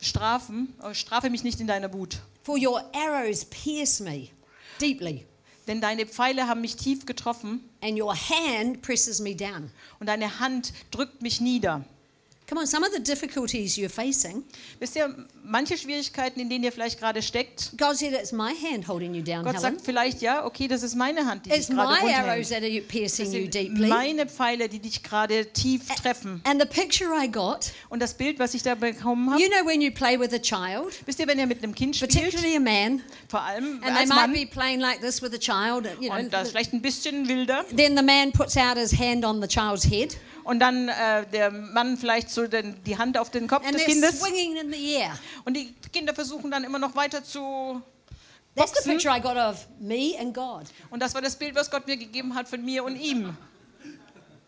Speaker 2: strafen, äh, strafe mich nicht in deiner Wut.
Speaker 3: For your arrows pierce me deeply,
Speaker 2: Denn deine Pfeile haben mich tief getroffen
Speaker 3: and your hand presses me down.
Speaker 2: und deine Hand drückt mich nieder.
Speaker 3: Come on, some of the difficulties you're facing,
Speaker 2: Wisst ihr, manche Schwierigkeiten, in denen ihr vielleicht gerade steckt,
Speaker 3: God said it's my hand holding you down,
Speaker 2: Gott
Speaker 3: Helen.
Speaker 2: sagt vielleicht, ja, okay, das ist meine Hand, die dich
Speaker 3: It's
Speaker 2: gerade
Speaker 3: my
Speaker 2: rundhält.
Speaker 3: arrows that are piercing
Speaker 2: Das
Speaker 3: you
Speaker 2: sind
Speaker 3: deeply. Äh.
Speaker 2: meine Pfeile, die dich gerade tief treffen.
Speaker 3: And the picture I got,
Speaker 2: Und das Bild, was ich da bekommen habe,
Speaker 3: you know, when you play with a child,
Speaker 2: wisst ihr, wenn ihr mit einem Kind spielt,
Speaker 3: particularly a man,
Speaker 2: vor allem
Speaker 3: and they
Speaker 2: als
Speaker 3: might
Speaker 2: Mann,
Speaker 3: be playing like this with a child, you know,
Speaker 2: und das ist vielleicht ein bisschen wilder.
Speaker 3: then the man puts out his hand on the child's head,
Speaker 2: und dann äh, der Mann vielleicht so den, die Hand auf den Kopf
Speaker 3: and
Speaker 2: des
Speaker 3: they're
Speaker 2: Kindes
Speaker 3: swinging in the air.
Speaker 2: und die Kinder versuchen dann immer noch weiter zu
Speaker 3: That's the
Speaker 2: Boxen.
Speaker 3: picture I got of me and God.
Speaker 2: und das war das Bild, was Gott mir gegeben hat von mir und ihm.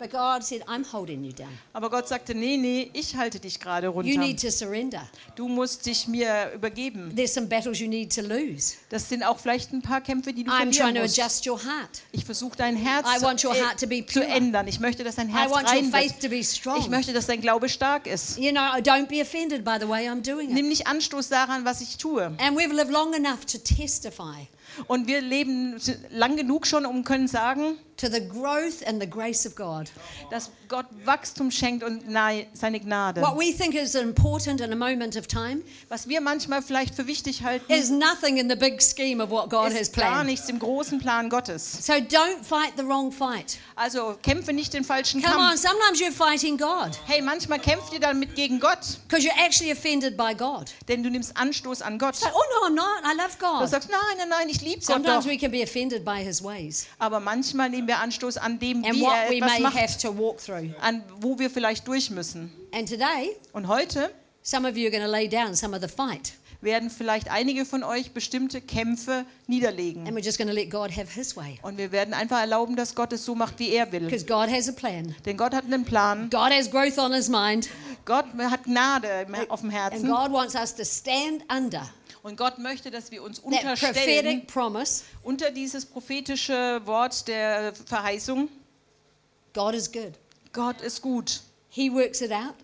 Speaker 3: But God said, I'm holding you down.
Speaker 2: Aber Gott sagte, nee, nee, ich halte dich gerade
Speaker 3: You
Speaker 2: runter.
Speaker 3: need to surrender.
Speaker 2: Du musst dich mir übergeben.
Speaker 3: There's some battles you need to lose.
Speaker 2: Das sind auch vielleicht ein paar Kämpfe, die du
Speaker 3: I'm trying
Speaker 2: verlieren
Speaker 3: to
Speaker 2: musst.
Speaker 3: adjust your heart.
Speaker 2: Ich versuche dein Herz
Speaker 3: I want your
Speaker 2: äh,
Speaker 3: heart to be
Speaker 2: zu
Speaker 3: pure.
Speaker 2: ändern. Ich möchte, dass dein
Speaker 3: I
Speaker 2: Herz
Speaker 3: want your
Speaker 2: rein
Speaker 3: faith
Speaker 2: wird.
Speaker 3: to be
Speaker 2: Ich
Speaker 3: strong.
Speaker 2: möchte, dass dein Glaube stark ist.
Speaker 3: You know, don't be offended by the way I'm doing it.
Speaker 2: Nimm nicht Anstoß daran, was ich tue.
Speaker 3: And we've lived long enough to testify
Speaker 2: Und wir leben lang genug schon, um können sagen,
Speaker 3: to the growth and the grace of God.
Speaker 2: dass Gott Wachstum schenkt und nahe- seine Gnade.
Speaker 3: What we think is important in a moment of time
Speaker 2: Was wir manchmal vielleicht für wichtig halten,
Speaker 3: is nothing in the big scheme of what God has
Speaker 2: ist gar
Speaker 3: planned.
Speaker 2: nichts im großen Plan Gottes.
Speaker 3: So don't fight the wrong fight.
Speaker 2: Also kämpfe nicht den falschen
Speaker 3: Come on,
Speaker 2: Kampf.
Speaker 3: sometimes you're fighting God
Speaker 2: Hey, manchmal kämpft ihr damit gegen Gott,
Speaker 3: because you're actually offended by God.
Speaker 2: denn du nimmst Anstoß an Gott.
Speaker 3: So, oh no, I'm not. I love
Speaker 2: Du
Speaker 3: God.
Speaker 2: sagst, nein, nein, nein, ich lieb's Gott
Speaker 3: Sometimes
Speaker 2: doch.
Speaker 3: we can be offended by His ways
Speaker 2: Aber manchmal nehmen wir Anstoß an dem,
Speaker 3: and
Speaker 2: wie
Speaker 3: what
Speaker 2: er
Speaker 3: we
Speaker 2: etwas
Speaker 3: may
Speaker 2: macht,
Speaker 3: have to walk through.
Speaker 2: an wo wir vielleicht durch müssen.
Speaker 3: And today,
Speaker 2: Und heute
Speaker 3: some of you are going to lay down some of the fight,
Speaker 2: werden vielleicht einige von euch bestimmte Kämpfe niederlegen.
Speaker 3: and we're just going to let God have His way
Speaker 2: Und wir werden einfach erlauben, dass Gott es so macht, wie er will.
Speaker 3: because God has a plan.
Speaker 2: Denn Gott hat einen Plan.
Speaker 3: God has growth on His mind,
Speaker 2: Gott hat Gnade im- auf dem
Speaker 3: and
Speaker 2: Herzen.
Speaker 3: God wants us to stand under
Speaker 2: Und Gott möchte, dass wir uns
Speaker 3: that
Speaker 2: unterstellen
Speaker 3: prophetic promise.
Speaker 2: unter dieses prophetische Wort der Verheißung.
Speaker 3: God is good.
Speaker 2: Gott ist gut.
Speaker 3: He works it out.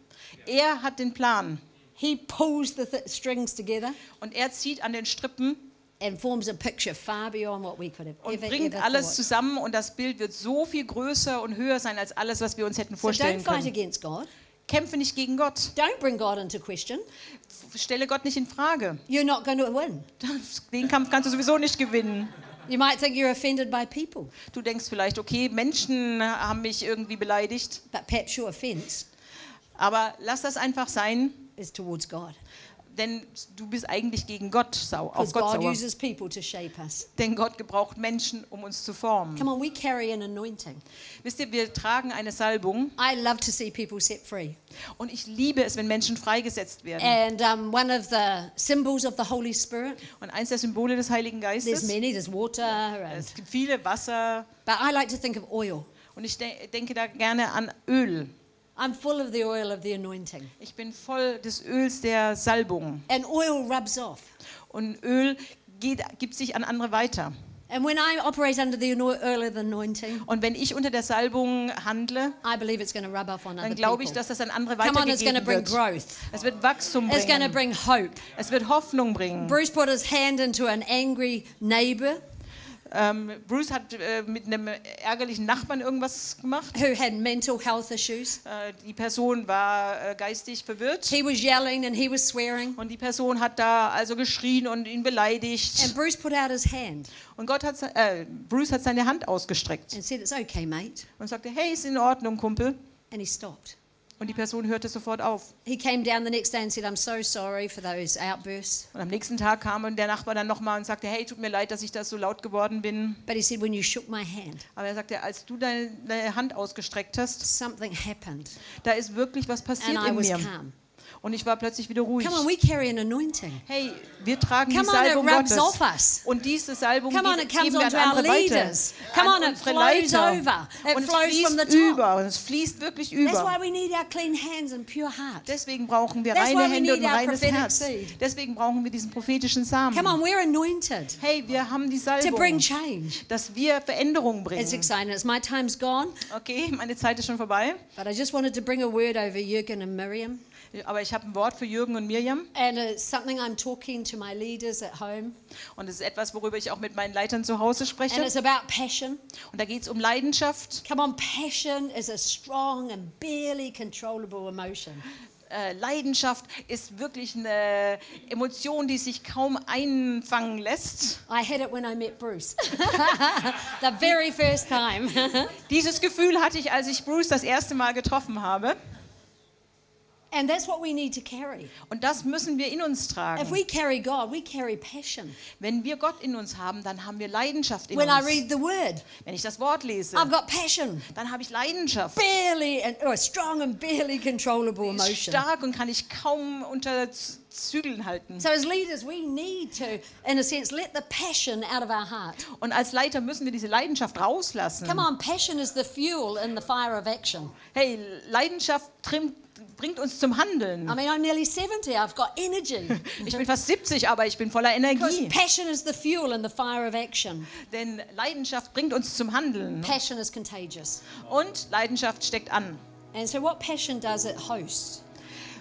Speaker 2: Er hat den Plan.
Speaker 3: He pulls the th- strings together
Speaker 2: Und er zieht an den Strippen
Speaker 3: and forms a picture far beyond what we could have
Speaker 2: und
Speaker 3: ever,
Speaker 2: bringt
Speaker 3: ever
Speaker 2: alles
Speaker 3: thought.
Speaker 2: zusammen und das Bild wird so viel größer und höher sein als alles, was wir uns hätten
Speaker 3: So don't
Speaker 2: vorstellen
Speaker 3: fight
Speaker 2: können.
Speaker 3: against God.
Speaker 2: Kämpfe nicht gegen Gott.
Speaker 3: Don't bring God into question.
Speaker 2: F- Stelle Gott nicht in Frage.
Speaker 3: You're not going to win.
Speaker 2: Den Kampf kannst du sowieso nicht gewinnen.
Speaker 3: You might think you're offended by people,
Speaker 2: Du denkst vielleicht, okay, Menschen haben mich irgendwie beleidigt,
Speaker 3: but perhaps your offense
Speaker 2: aber lass das einfach sein,
Speaker 3: is towards God.
Speaker 2: denn du bist eigentlich gegen Gott sau, auf
Speaker 3: Because
Speaker 2: Gott
Speaker 3: God
Speaker 2: sauer.
Speaker 3: uses people to shape us.
Speaker 2: Denn Gott gebraucht Menschen, um uns zu formen.
Speaker 3: Come on, we carry an anointing.
Speaker 2: Wisst ihr, wir tragen eine Salbung
Speaker 3: I love to see people set free.
Speaker 2: und ich liebe es, wenn Menschen freigesetzt werden.
Speaker 3: And um, one of the symbols of the Holy Spirit,
Speaker 2: Und eins der Symbole des Heiligen
Speaker 3: there's
Speaker 2: Geistes,
Speaker 3: many, there's water, and,
Speaker 2: es gibt viele Wasser
Speaker 3: but I like to think of oil.
Speaker 2: und ich de denke da gerne an Öl.
Speaker 3: I'm full of the oil of the anointing.
Speaker 2: Ich bin voll des Öls der Salbung
Speaker 3: And oil rubs off.
Speaker 2: und Öl geht, gibt sich an andere weiter.
Speaker 3: And when I operate under the ano- oil of the anointing,
Speaker 2: Und wenn ich unter der Salbung handle,
Speaker 3: I believe it's going to rub off on other
Speaker 2: dann glaube ich,
Speaker 3: people.
Speaker 2: dass das an andere
Speaker 3: Come on, it's going to
Speaker 2: weitergegeben
Speaker 3: bring
Speaker 2: wird.
Speaker 3: growth.
Speaker 2: Es wird Wachstum
Speaker 3: It's going to
Speaker 2: bringen.
Speaker 3: bring hope.
Speaker 2: Es wird Hoffnung bringen.
Speaker 3: Bruce put his hand into an angry neighbor
Speaker 2: Ähm, Bruce hat äh, mit einem ärgerlichen Nachbarn irgendwas gemacht.
Speaker 3: who had mental health issues.
Speaker 2: Äh, die Person war äh, geistig verwirrt
Speaker 3: He was yelling and he was swearing.
Speaker 2: und die Person hat da also geschrien und ihn beleidigt.
Speaker 3: And Bruce put out his hand
Speaker 2: Und Gott hat, se- äh, Bruce hat seine Hand ausgestreckt
Speaker 3: and said, It's okay, mate.
Speaker 2: und sagte, hey, ist in Ordnung, Kumpel.
Speaker 3: And he stopped.
Speaker 2: Und die Person hörte sofort auf.
Speaker 3: He came down the next day and said, I'm so sorry for those outbursts.
Speaker 2: Und am nächsten Tag kam der Nachbar dann nochmal und sagte, hey, tut mir leid, dass ich da so laut geworden bin.
Speaker 3: But he said, When you shook my hand,
Speaker 2: Aber er sagte, als du deine, deine Hand ausgestreckt hast,
Speaker 3: something happened.
Speaker 2: da ist wirklich was
Speaker 3: And
Speaker 2: passiert
Speaker 3: I
Speaker 2: in
Speaker 3: was
Speaker 2: mir.
Speaker 3: calm.
Speaker 2: Und ich war plötzlich wieder ruhig.
Speaker 3: Come on, we carry an anointing.
Speaker 2: Hey, wir tragen
Speaker 3: Come
Speaker 2: die
Speaker 3: on, it
Speaker 2: Salbung
Speaker 3: rubs
Speaker 2: Gottes.
Speaker 3: off us.
Speaker 2: Und diese Salbung
Speaker 3: Come on,
Speaker 2: geht-
Speaker 3: it comes
Speaker 2: geben wir an
Speaker 3: onto our
Speaker 2: andere weiter.
Speaker 3: leaders. Come
Speaker 2: an
Speaker 3: on, it
Speaker 2: unsere
Speaker 3: flows
Speaker 2: Leiter.
Speaker 3: over. It
Speaker 2: Und es
Speaker 3: flows
Speaker 2: fließt
Speaker 3: from the top.
Speaker 2: über. Und es fließt wirklich
Speaker 3: That's why
Speaker 2: über.
Speaker 3: we need our clean hands and pure heart.
Speaker 2: Deswegen brauchen wir
Speaker 3: That's
Speaker 2: reine
Speaker 3: why we
Speaker 2: Hände und
Speaker 3: need
Speaker 2: ein
Speaker 3: our
Speaker 2: reines
Speaker 3: prophetic
Speaker 2: Herz.
Speaker 3: seed.
Speaker 2: Deswegen brauchen wir diesen prophetischen
Speaker 3: Come
Speaker 2: Samen.
Speaker 3: on, we're anointed
Speaker 2: Hey, wir haben die
Speaker 3: to
Speaker 2: Salbung,
Speaker 3: bring change.
Speaker 2: dass wir Veränderung
Speaker 3: It's
Speaker 2: bringen.
Speaker 3: exciting. It's my time's gone,
Speaker 2: Okay, meine Zeit ist schon vorbei.
Speaker 3: but I just wanted to bring a word over Jürgen and Miriam.
Speaker 2: Aber ich habe ein Wort für Jürgen und Miriam.
Speaker 3: And it's something I'm talking to my leaders at home.
Speaker 2: Und es ist etwas, worüber ich auch mit meinen Leitern zu Hause spreche.
Speaker 3: And it's about passion.
Speaker 2: Und da geht es um Leidenschaft.
Speaker 3: Come on, passion is a strong and barely controllable emotion.
Speaker 2: Äh, Leidenschaft ist wirklich eine Emotion, die sich kaum einfangen lässt.
Speaker 3: I had it when I met Bruce, the very first time.
Speaker 2: Dieses Gefühl hatte ich, als ich Bruce das erste Mal getroffen habe.
Speaker 3: And that's what we need to carry.
Speaker 2: Und das müssen wir in uns
Speaker 3: If
Speaker 2: tragen.
Speaker 3: we carry God, we carry passion.
Speaker 2: Wenn wir Gott in uns haben, dann haben wir Leidenschaft in
Speaker 3: When I
Speaker 2: uns.
Speaker 3: read the word,
Speaker 2: Wenn ich das Wort lese,
Speaker 3: I've got passion.
Speaker 2: dann habe ich Leidenschaft.
Speaker 3: Barely, and, or strong and barely controllable
Speaker 2: Die ist
Speaker 3: emotion.
Speaker 2: stark und kann ich kaum unter Z- Zügeln halten.
Speaker 3: So, as leaders, we need to, in a sense, let the passion out of our heart.
Speaker 2: Und als Leiter müssen wir diese Leidenschaft rauslassen.
Speaker 3: Come on, passion is the fuel in the fire of action.
Speaker 2: Hey, Leidenschaft trim, bringt uns zum Handeln.
Speaker 3: I mean, I'm nearly 70, I've got energy.
Speaker 2: Ich bin fast 70, aber ich bin voller
Speaker 3: Because
Speaker 2: Energie.
Speaker 3: passion is the fuel in the fire of action.
Speaker 2: Denn Leidenschaft bringt uns zum Handeln.
Speaker 3: Passion is contagious.
Speaker 2: Und Leidenschaft steckt an.
Speaker 3: And so, what passion does, it hosts.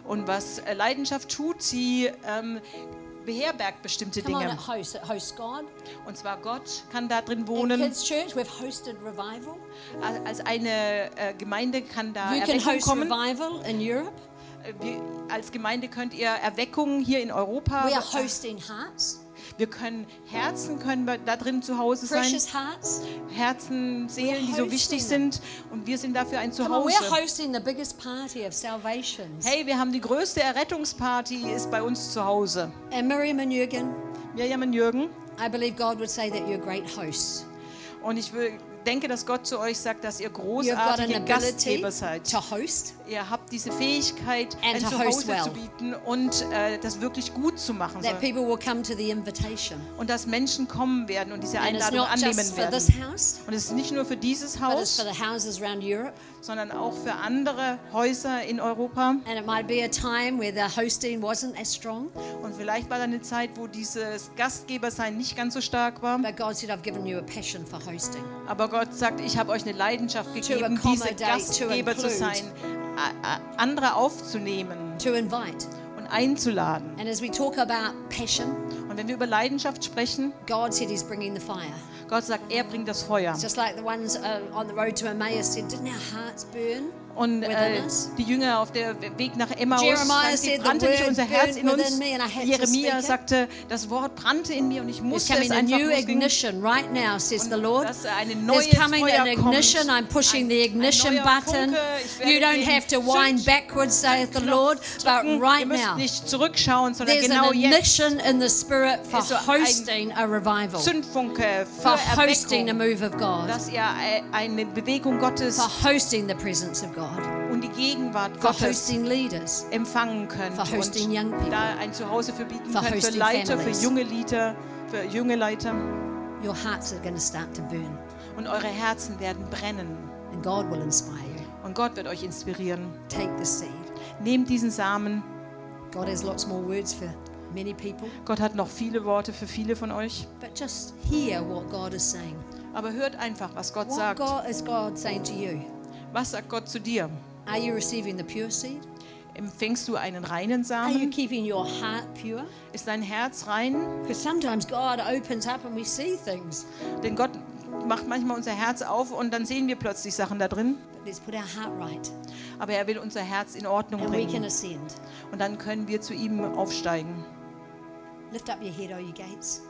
Speaker 2: Und was äh, Leidenschaft tut, sie ähm, beherbergt bestimmte
Speaker 3: Come on, it
Speaker 2: Dinge.
Speaker 3: hosts. It hosts God.
Speaker 2: Und zwar Gott kann da drin
Speaker 3: In
Speaker 2: wohnen.
Speaker 3: Kids Church, we've hosted revival.
Speaker 2: Al- Als eine äh, Gemeinde kann da
Speaker 3: You can
Speaker 2: Erweckung
Speaker 3: host
Speaker 2: kommen.
Speaker 3: revival in Europe.
Speaker 2: Äh, Wir, als Gemeinde könnt ihr Erweckungen hier in Europa.
Speaker 3: We are hosting hearts,
Speaker 2: Wir können Herzen können wir da drin zu Hause sein.
Speaker 3: precious hearts.
Speaker 2: Herzen, Seelen, die so wichtig sind. Und wir sind dafür ein
Speaker 3: Come on, we're
Speaker 2: Zuhause.
Speaker 3: hosting the biggest party of salvations.
Speaker 2: Hey, wir haben die größte Errettungsparty, ist bei uns zu Hause.
Speaker 3: And Miriam and Jürgen,
Speaker 2: Mirjam und Jürgen.
Speaker 3: I believe God would say that you're great hosts.
Speaker 2: Und ich will, denke, dass Gott zu euch sagt, dass ihr
Speaker 3: You've got an
Speaker 2: großartige
Speaker 3: ability
Speaker 2: Gastgeber seid.
Speaker 3: to host.
Speaker 2: Ihr habt diese Fähigkeit,
Speaker 3: And
Speaker 2: ein
Speaker 3: to host
Speaker 2: Zuhause
Speaker 3: well.
Speaker 2: zu bieten und äh, das wirklich gut zu machen.
Speaker 3: That
Speaker 2: Soll.
Speaker 3: people will come to the invitation.
Speaker 2: Und dass Menschen kommen werden und diese
Speaker 3: And it's
Speaker 2: Einladung
Speaker 3: not just
Speaker 2: annehmen
Speaker 3: for
Speaker 2: werden.
Speaker 3: this house,
Speaker 2: Und es ist nicht nur für dieses
Speaker 3: but it's for
Speaker 2: Haus,
Speaker 3: the houses around Europe.
Speaker 2: sondern auch für andere Häuser in Europa.
Speaker 3: And it might be a time where the hosting wasn't as strong,
Speaker 2: Und vielleicht war da eine Zeit, wo dieses Gastgebersein nicht ganz so stark war.
Speaker 3: but God said, I've given you a passion for hosting.
Speaker 2: Aber Gott sagt, ich habe euch eine Leidenschaft gegeben, diese
Speaker 3: accommodate, to
Speaker 2: Gastgeber zu
Speaker 3: include.
Speaker 2: sein, a- a- andere aufzunehmen
Speaker 3: to invite.
Speaker 2: und einzuladen.
Speaker 3: And as we talk about passion,
Speaker 2: Und wenn wir über Leidenschaft sprechen,
Speaker 3: God said He's bringing the fire.
Speaker 2: Gott sagt, er bringt das Feuer.
Speaker 3: It's Just like the ones uh, on the road to Emmaus said, didn't our hearts burn?
Speaker 2: Und äh,
Speaker 3: within us.
Speaker 2: die Jünger auf der Weg nach Emmaus,
Speaker 3: Jeremiah
Speaker 2: sagten,
Speaker 3: said, the
Speaker 2: brannte nicht
Speaker 3: word
Speaker 2: unser Herz in
Speaker 3: burned within
Speaker 2: uns.
Speaker 3: me and I had to speak
Speaker 2: Jeremia
Speaker 3: it.
Speaker 2: sagte, das Wort brannte in mir und ich
Speaker 3: There's
Speaker 2: musste es
Speaker 3: coming a
Speaker 2: einfach
Speaker 3: new
Speaker 2: losgehen.
Speaker 3: ignition right now, says the Lord.
Speaker 2: Dass eine
Speaker 3: There's
Speaker 2: neues
Speaker 3: coming
Speaker 2: Feuer
Speaker 3: an ignition.
Speaker 2: kommt.
Speaker 3: I'm pushing the
Speaker 2: Ein-
Speaker 3: ignition
Speaker 2: ein neuer
Speaker 3: button.
Speaker 2: Funke. Ich werde
Speaker 3: You don't
Speaker 2: den
Speaker 3: have to wind
Speaker 2: Zünd-
Speaker 3: backwards, saith the Lord, but
Speaker 2: Drücken. Ihr
Speaker 3: right
Speaker 2: müsst
Speaker 3: now.
Speaker 2: nicht zurückschauen, sondern
Speaker 3: There's
Speaker 2: genau
Speaker 3: an
Speaker 2: jetzt.
Speaker 3: ignition in the spirit for
Speaker 2: Ist so ein
Speaker 3: hosting a revival, for
Speaker 2: Zündfunke für
Speaker 3: hosting a
Speaker 2: Erweckung,
Speaker 3: move of God,
Speaker 2: dass ihr äh, eine Bewegung Gottes
Speaker 3: for hosting the presence of God,
Speaker 2: und die Gegenwart
Speaker 3: for
Speaker 2: Gottes
Speaker 3: hosting leaders.
Speaker 2: empfangen könnt
Speaker 3: for hosting young people.
Speaker 2: und da ein Zuhause für bieten
Speaker 3: For
Speaker 2: könnt für
Speaker 3: hosting
Speaker 2: Leiter, für
Speaker 3: families.
Speaker 2: junge Leiter, für junge Leiter
Speaker 3: Your hearts are going to start to burn,
Speaker 2: und eure Herzen werden brennen
Speaker 3: and God will inspire you.
Speaker 2: und Gott wird euch inspirieren.
Speaker 3: Take the seed.
Speaker 2: Nehmt diesen Samen.
Speaker 3: God has lots more words for many people,
Speaker 2: Gott hat noch viele Worte für viele von euch,
Speaker 3: but just hear what God is saying.
Speaker 2: aber hört einfach, was Gott
Speaker 3: What
Speaker 2: sagt.
Speaker 3: God is God saying to you?
Speaker 2: Was sagt Gott zu dir?
Speaker 3: Are you receiving the pure seed?
Speaker 2: Empfängst du einen reinen
Speaker 3: Are you
Speaker 2: Samen?
Speaker 3: keeping your heart pure?
Speaker 2: Ist dein Herz rein?
Speaker 3: Because sometimes God opens up and we see things,
Speaker 2: Denn Gott macht manchmal unser Herz auf und dann sehen wir plötzlich Sachen da drin.
Speaker 3: but let's put our heart right
Speaker 2: Aber er will unser Herz in Ordnung
Speaker 3: and we can
Speaker 2: bringen.
Speaker 3: ascend.
Speaker 2: Und dann können wir zu ihm aufsteigen.
Speaker 3: Lift up your head, O ye gates,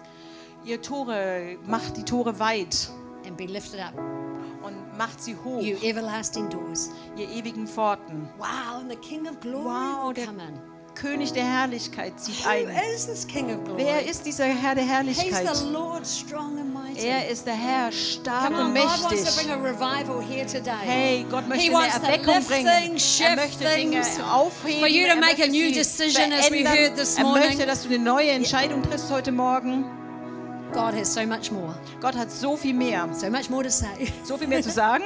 Speaker 2: Ihr Tore, macht die Tore weit
Speaker 3: and be lifted up,
Speaker 2: und macht sie hoch,
Speaker 3: you everlasting doors.
Speaker 2: ihr ewigen Pforten.
Speaker 3: Wow, and the King of glory
Speaker 2: Wow,
Speaker 3: will
Speaker 2: der
Speaker 3: come in.
Speaker 2: König der Herrlichkeit zieht
Speaker 3: Who
Speaker 2: ein.
Speaker 3: is this King of glory?
Speaker 2: Wer ist dieser Herr der
Speaker 3: He's the
Speaker 2: Herrlichkeit?
Speaker 3: Lord strong and mighty.
Speaker 2: Er ist der Herr, stark
Speaker 3: Come on,
Speaker 2: und
Speaker 3: Ah, God wants to
Speaker 2: mächtig.
Speaker 3: bring a revival here today.
Speaker 2: Hey, Gott möchte
Speaker 3: he
Speaker 2: eine
Speaker 3: wants to
Speaker 2: Erweckung
Speaker 3: lift
Speaker 2: bringen.
Speaker 3: things,
Speaker 2: Er
Speaker 3: shift
Speaker 2: möchte Dinge
Speaker 3: things.
Speaker 2: aufheben.
Speaker 3: For you to
Speaker 2: er
Speaker 3: make
Speaker 2: möchte
Speaker 3: a new
Speaker 2: sie
Speaker 3: decision, as we
Speaker 2: verändern.
Speaker 3: heard this
Speaker 2: er möchte,
Speaker 3: morning.
Speaker 2: dass du eine neue Entscheidung triffst heute Morgen.
Speaker 3: God has so much more,
Speaker 2: Gott hat so viel mehr,
Speaker 3: so much more to say.
Speaker 2: so viel mehr zu sagen.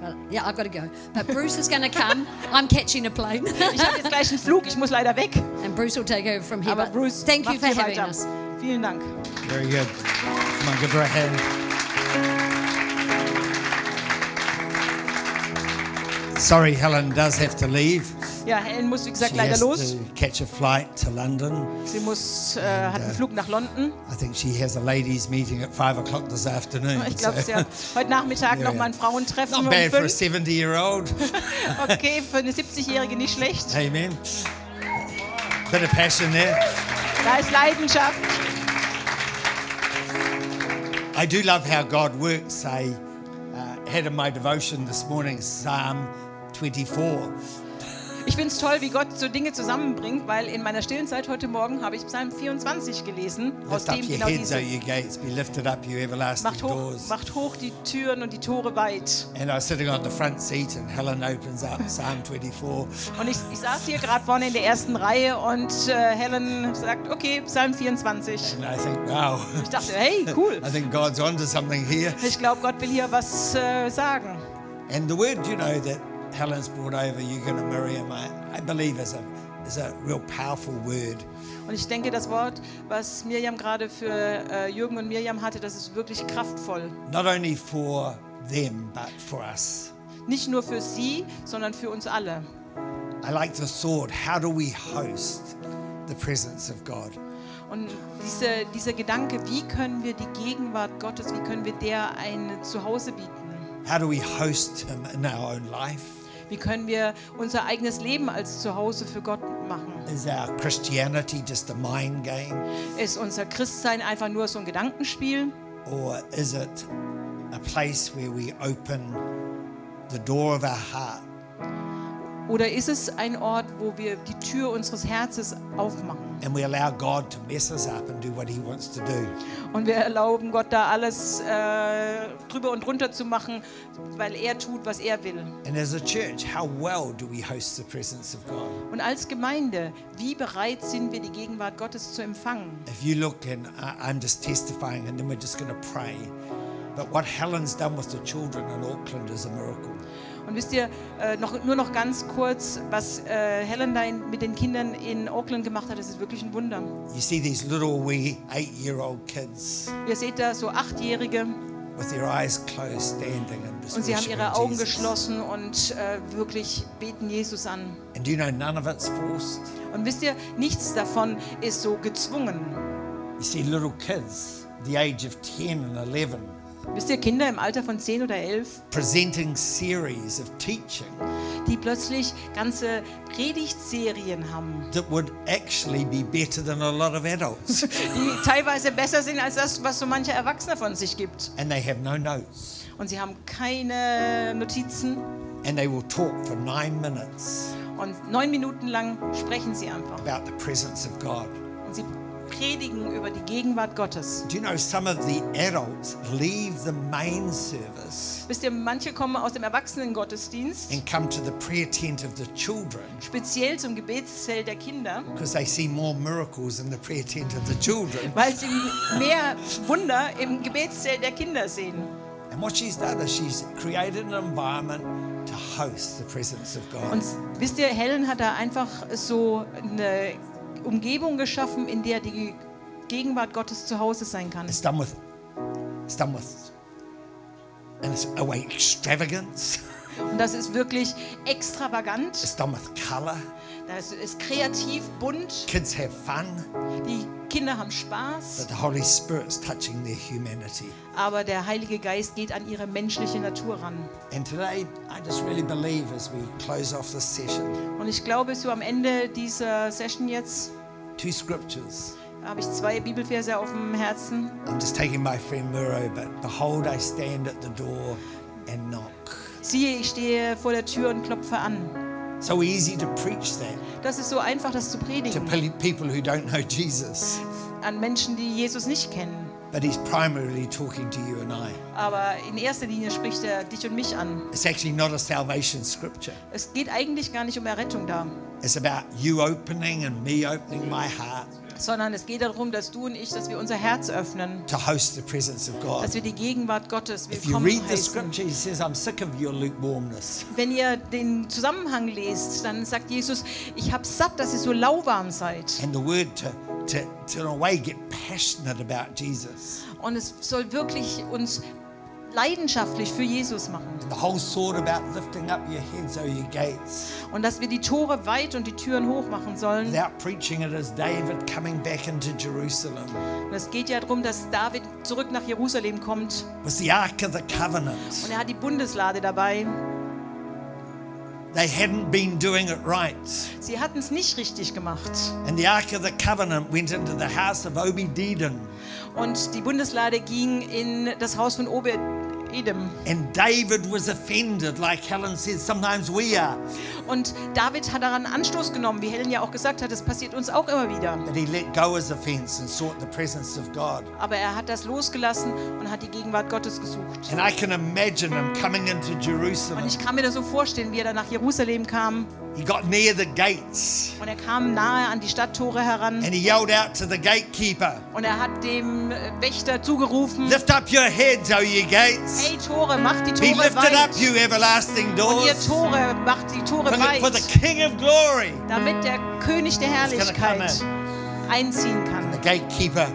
Speaker 3: Well, yeah, I've got to go. But Bruce is going to come. I'm catching a plane.
Speaker 2: Ich habe jetzt gleich einen Flug, ich muss leider weg.
Speaker 3: and Bruce will take over from here.
Speaker 2: Aber
Speaker 3: but
Speaker 2: Bruce,
Speaker 3: thank you
Speaker 2: macht
Speaker 3: for
Speaker 2: hier
Speaker 3: having
Speaker 2: weiter.
Speaker 3: us.
Speaker 2: Vielen Dank.
Speaker 4: Very good. Come on, give her a hand. Sorry, Helen does have to leave.
Speaker 2: Ja, Helen muss, wie gesagt,
Speaker 4: She
Speaker 2: leider
Speaker 4: has
Speaker 2: los.
Speaker 4: to catch a flight to London.
Speaker 2: Sie muss, äh, hat einen Flug nach London.
Speaker 4: I think she has a ladies' meeting at five o'clock this afternoon.
Speaker 2: Ich glaube,
Speaker 4: so-
Speaker 2: sie hat heute Nachmittag
Speaker 4: Ja,
Speaker 2: noch
Speaker 4: ja.
Speaker 2: mal ein Frauentreffen
Speaker 4: Not
Speaker 2: um
Speaker 4: bad for a
Speaker 2: fünf.
Speaker 4: 70 year old.
Speaker 2: Okay, für eine 70-Jährige nicht schlecht.
Speaker 4: Amen. Bit of passion there.
Speaker 2: Da ist Leidenschaft.
Speaker 4: I do love how God works. I uh, had in my devotion this morning Psalm 24.
Speaker 2: Ich finde es toll, wie Gott so Dinge zusammenbringt, weil in meiner stillen Zeit heute Morgen habe ich Psalm 24 gelesen, aus
Speaker 4: Lift up
Speaker 2: dem
Speaker 4: your
Speaker 2: genau
Speaker 4: heads, O
Speaker 2: diese
Speaker 4: you gates, be lifted up, you everlasting
Speaker 2: macht hoch,
Speaker 4: doors.
Speaker 2: macht hoch die Türen und die Tore weit.
Speaker 4: And I was sitting on the front seat, and Helen opens up Psalm 24.
Speaker 2: Und ich, ich saß hier gerade vorne in der ersten Reihe und äh, Helen sagt, okay, Psalm 24.
Speaker 4: And I think, wow,
Speaker 2: Ich dachte, hey, cool.
Speaker 4: I think God's onto something here.
Speaker 2: Ich glaube, Gott will hier was äh, sagen.
Speaker 4: And the word, you know, that Helen's brought over, you're going to marry him, I, I believe is a, is a real powerful word.
Speaker 2: Und ich denke, das Wort, was Mirjam gerade für äh, Jürgen und Mirjam hatte, das ist wirklich kraftvoll.
Speaker 4: not only for them but for us.
Speaker 2: Nicht nur für sie, sondern für uns alle.
Speaker 4: I like the thought how do we host the presence of God?
Speaker 2: Und diese, dieser Gedanke, wie können wir die Gegenwart Gottes, wie können wir der ein Zuhause bieten?
Speaker 4: How do we host Him in our own life?
Speaker 2: Wie können wir unser eigenes Leben als Zuhause für Gott machen?
Speaker 4: Is our Christianity just a mind game
Speaker 2: Ist unser Christsein einfach nur so ein Gedankenspiel?
Speaker 4: or is it a place where we open the door of our heart
Speaker 2: Oder ist es ein Ort, wo wir die Tür unseres Herzens aufmachen
Speaker 4: and we allow God to mess us up and do what He wants to do?
Speaker 2: und wir erlauben Gott da alles äh, drüber und runter zu machen, weil er tut, was er will?
Speaker 4: And as a church, how well do we host the presence of God?
Speaker 2: Und als Gemeinde, wie bereit sind wir, die Gegenwart Gottes zu empfangen?
Speaker 4: If you look, and I- I'm just testifying, and then we're just going to pray. But what Helen's done with the children in Auckland is a miracle.
Speaker 2: Und wisst ihr, äh, noch, nur noch ganz kurz, was äh, Helen da in, mit den Kindern in Auckland gemacht hat, das ist wirklich ein Wunder.
Speaker 4: You see these little wee eight year old kids
Speaker 2: Ihr seht da so Achtjährige
Speaker 4: with their eyes closed standing and just
Speaker 2: und sie haben
Speaker 4: worshiping
Speaker 2: ihre Augen
Speaker 4: Jesus.
Speaker 2: geschlossen und äh, wirklich beten Jesus an.
Speaker 4: And do you know, none of it's forced.
Speaker 2: Und wisst ihr, nichts davon ist so gezwungen.
Speaker 4: You see little kids, the age of 10 and 11,
Speaker 2: Wisst ihr, Kinder im Alter von 10 oder 11,
Speaker 4: presenting series of teaching
Speaker 2: die plötzlich ganze Predigtserien haben,
Speaker 4: that would actually be better than a lot of adults.
Speaker 2: die teilweise besser sind als das, was so mancher Erwachsener von sich gibt.
Speaker 4: and they have no notes.
Speaker 2: Und sie haben keine Notizen.
Speaker 4: And they will talk for nine minutes
Speaker 2: Und neun Minuten lang sprechen sie einfach.
Speaker 4: about the presence of God.
Speaker 2: Und sie predigen über die Gegenwart Gottes.
Speaker 4: Do you know some of the adults leave the main service
Speaker 2: Wisst ihr, manche kommen aus dem Erwachsenengottesdienst,
Speaker 4: and come to the prayer tent of the children
Speaker 2: speziell zum Gebetszelt der Kinder,
Speaker 4: because they see more miracles in the prayer tent of the children?
Speaker 2: weil sie mehr Wunder im Gebetszelt der Kinder sehen.
Speaker 4: And what she's done is she's created an environment to host the presence of God.
Speaker 2: Und wisst ihr, Helen hat da einfach so eine Umgebung geschaffen, in der die Gegenwart Gottes zu Hause sein kann.
Speaker 4: It's done with, it's done with, and it's away extravagance.
Speaker 2: Und das ist wirklich extravagant,
Speaker 4: It's done with colour.
Speaker 2: das ist kreativ, bunt,
Speaker 4: Kids have fun,
Speaker 2: die Kinder haben Spaß.
Speaker 4: but the Holy Spirit's touching their humanity.
Speaker 2: aber der Heilige Geist geht an ihre menschliche Natur ran.
Speaker 4: And today, I just really believe as we close off this session,
Speaker 2: Und ich glaube, so am Ende dieser Session jetzt
Speaker 4: two scriptures.
Speaker 2: habe ich zwei Bibelverse auf dem Herzen.
Speaker 4: I'm just taking my friend Muro, but behold, I stand at the door and knock.
Speaker 2: Siehe, ich stehe vor der Tür und klopfe an.
Speaker 4: So easy to preach that
Speaker 2: Das ist so einfach, das zu
Speaker 4: to
Speaker 2: predigen
Speaker 4: pe- people who don't know Jesus,
Speaker 2: an Menschen, die Jesus nicht kennen.
Speaker 4: but he's primarily talking to you and I.
Speaker 2: Aber in erster Linie spricht er dich und mich an.
Speaker 4: It's actually not a salvation scripture,
Speaker 2: Es geht eigentlich gar nicht um Errettung da,
Speaker 4: it's about you opening and me opening my heart
Speaker 2: sondern es geht darum, dass du und ich, dass wir unser Herz öffnen,
Speaker 4: to host the presence of God.
Speaker 2: dass wir die Gegenwart Gottes
Speaker 4: If you read
Speaker 2: willkommen
Speaker 4: the
Speaker 2: heißen.
Speaker 4: scripture, he says, I'm sick of your lukewarmness.
Speaker 2: Wenn ihr den Zusammenhang lest, dann sagt Jesus, ich hab satt, dass ihr so lauwarm seid.
Speaker 4: And the word to, to, to in a way, get passionate about Jesus.
Speaker 2: Und es soll wirklich uns leidenschaftlich für Jesus machen.
Speaker 4: The whole thought about lifting up your heads, O you gates.
Speaker 2: Und dass wir die Tore weit und die Türen hoch machen sollen.
Speaker 4: Without preaching it as David coming back into Jerusalem
Speaker 2: Und es geht ja darum, dass David zurück nach Jerusalem kommt.
Speaker 4: was the Ark of the Covenant.
Speaker 2: Und er hat die Bundeslade dabei.
Speaker 4: They hadn't been doing it right.
Speaker 2: Sie hatten es nicht richtig gemacht.
Speaker 4: And the Ark of the Covenant went into the house of Obed Edom.
Speaker 2: Und die Bundeslade ging in das Haus von Obed Edom.
Speaker 4: And David was offended, like Helen says, sometimes we are.
Speaker 2: Und David hat daran Anstoß genommen, wie Helen ja auch gesagt hat, es passiert uns auch immer wieder.
Speaker 4: But he let go his offense and sought the presence of God.
Speaker 2: Aber er hat das losgelassen und hat die Gegenwart Gottes gesucht.
Speaker 4: And I can imagine him coming into
Speaker 2: Und
Speaker 4: Jerusalem.
Speaker 2: ich kann mir das so vorstellen, wie er dann nach Jerusalem kam
Speaker 4: He got near the gates
Speaker 2: und er kam nahe an die Stadttore heran
Speaker 4: and he yelled out to the gatekeeper,
Speaker 2: und er hat dem äh, Wächter zugerufen,
Speaker 4: Lift up your heads, O ye gates.
Speaker 2: hey Tore, macht die
Speaker 4: Be
Speaker 2: Tore
Speaker 4: lifted up,
Speaker 2: weit.
Speaker 4: you everlasting
Speaker 2: Und ihr
Speaker 4: doors. For
Speaker 2: Tore, macht die Tore
Speaker 4: the, for the
Speaker 2: weit,
Speaker 4: King of Glory.
Speaker 2: damit der König der Herrlichkeit einziehen
Speaker 4: And
Speaker 2: kann.
Speaker 4: the gatekeeper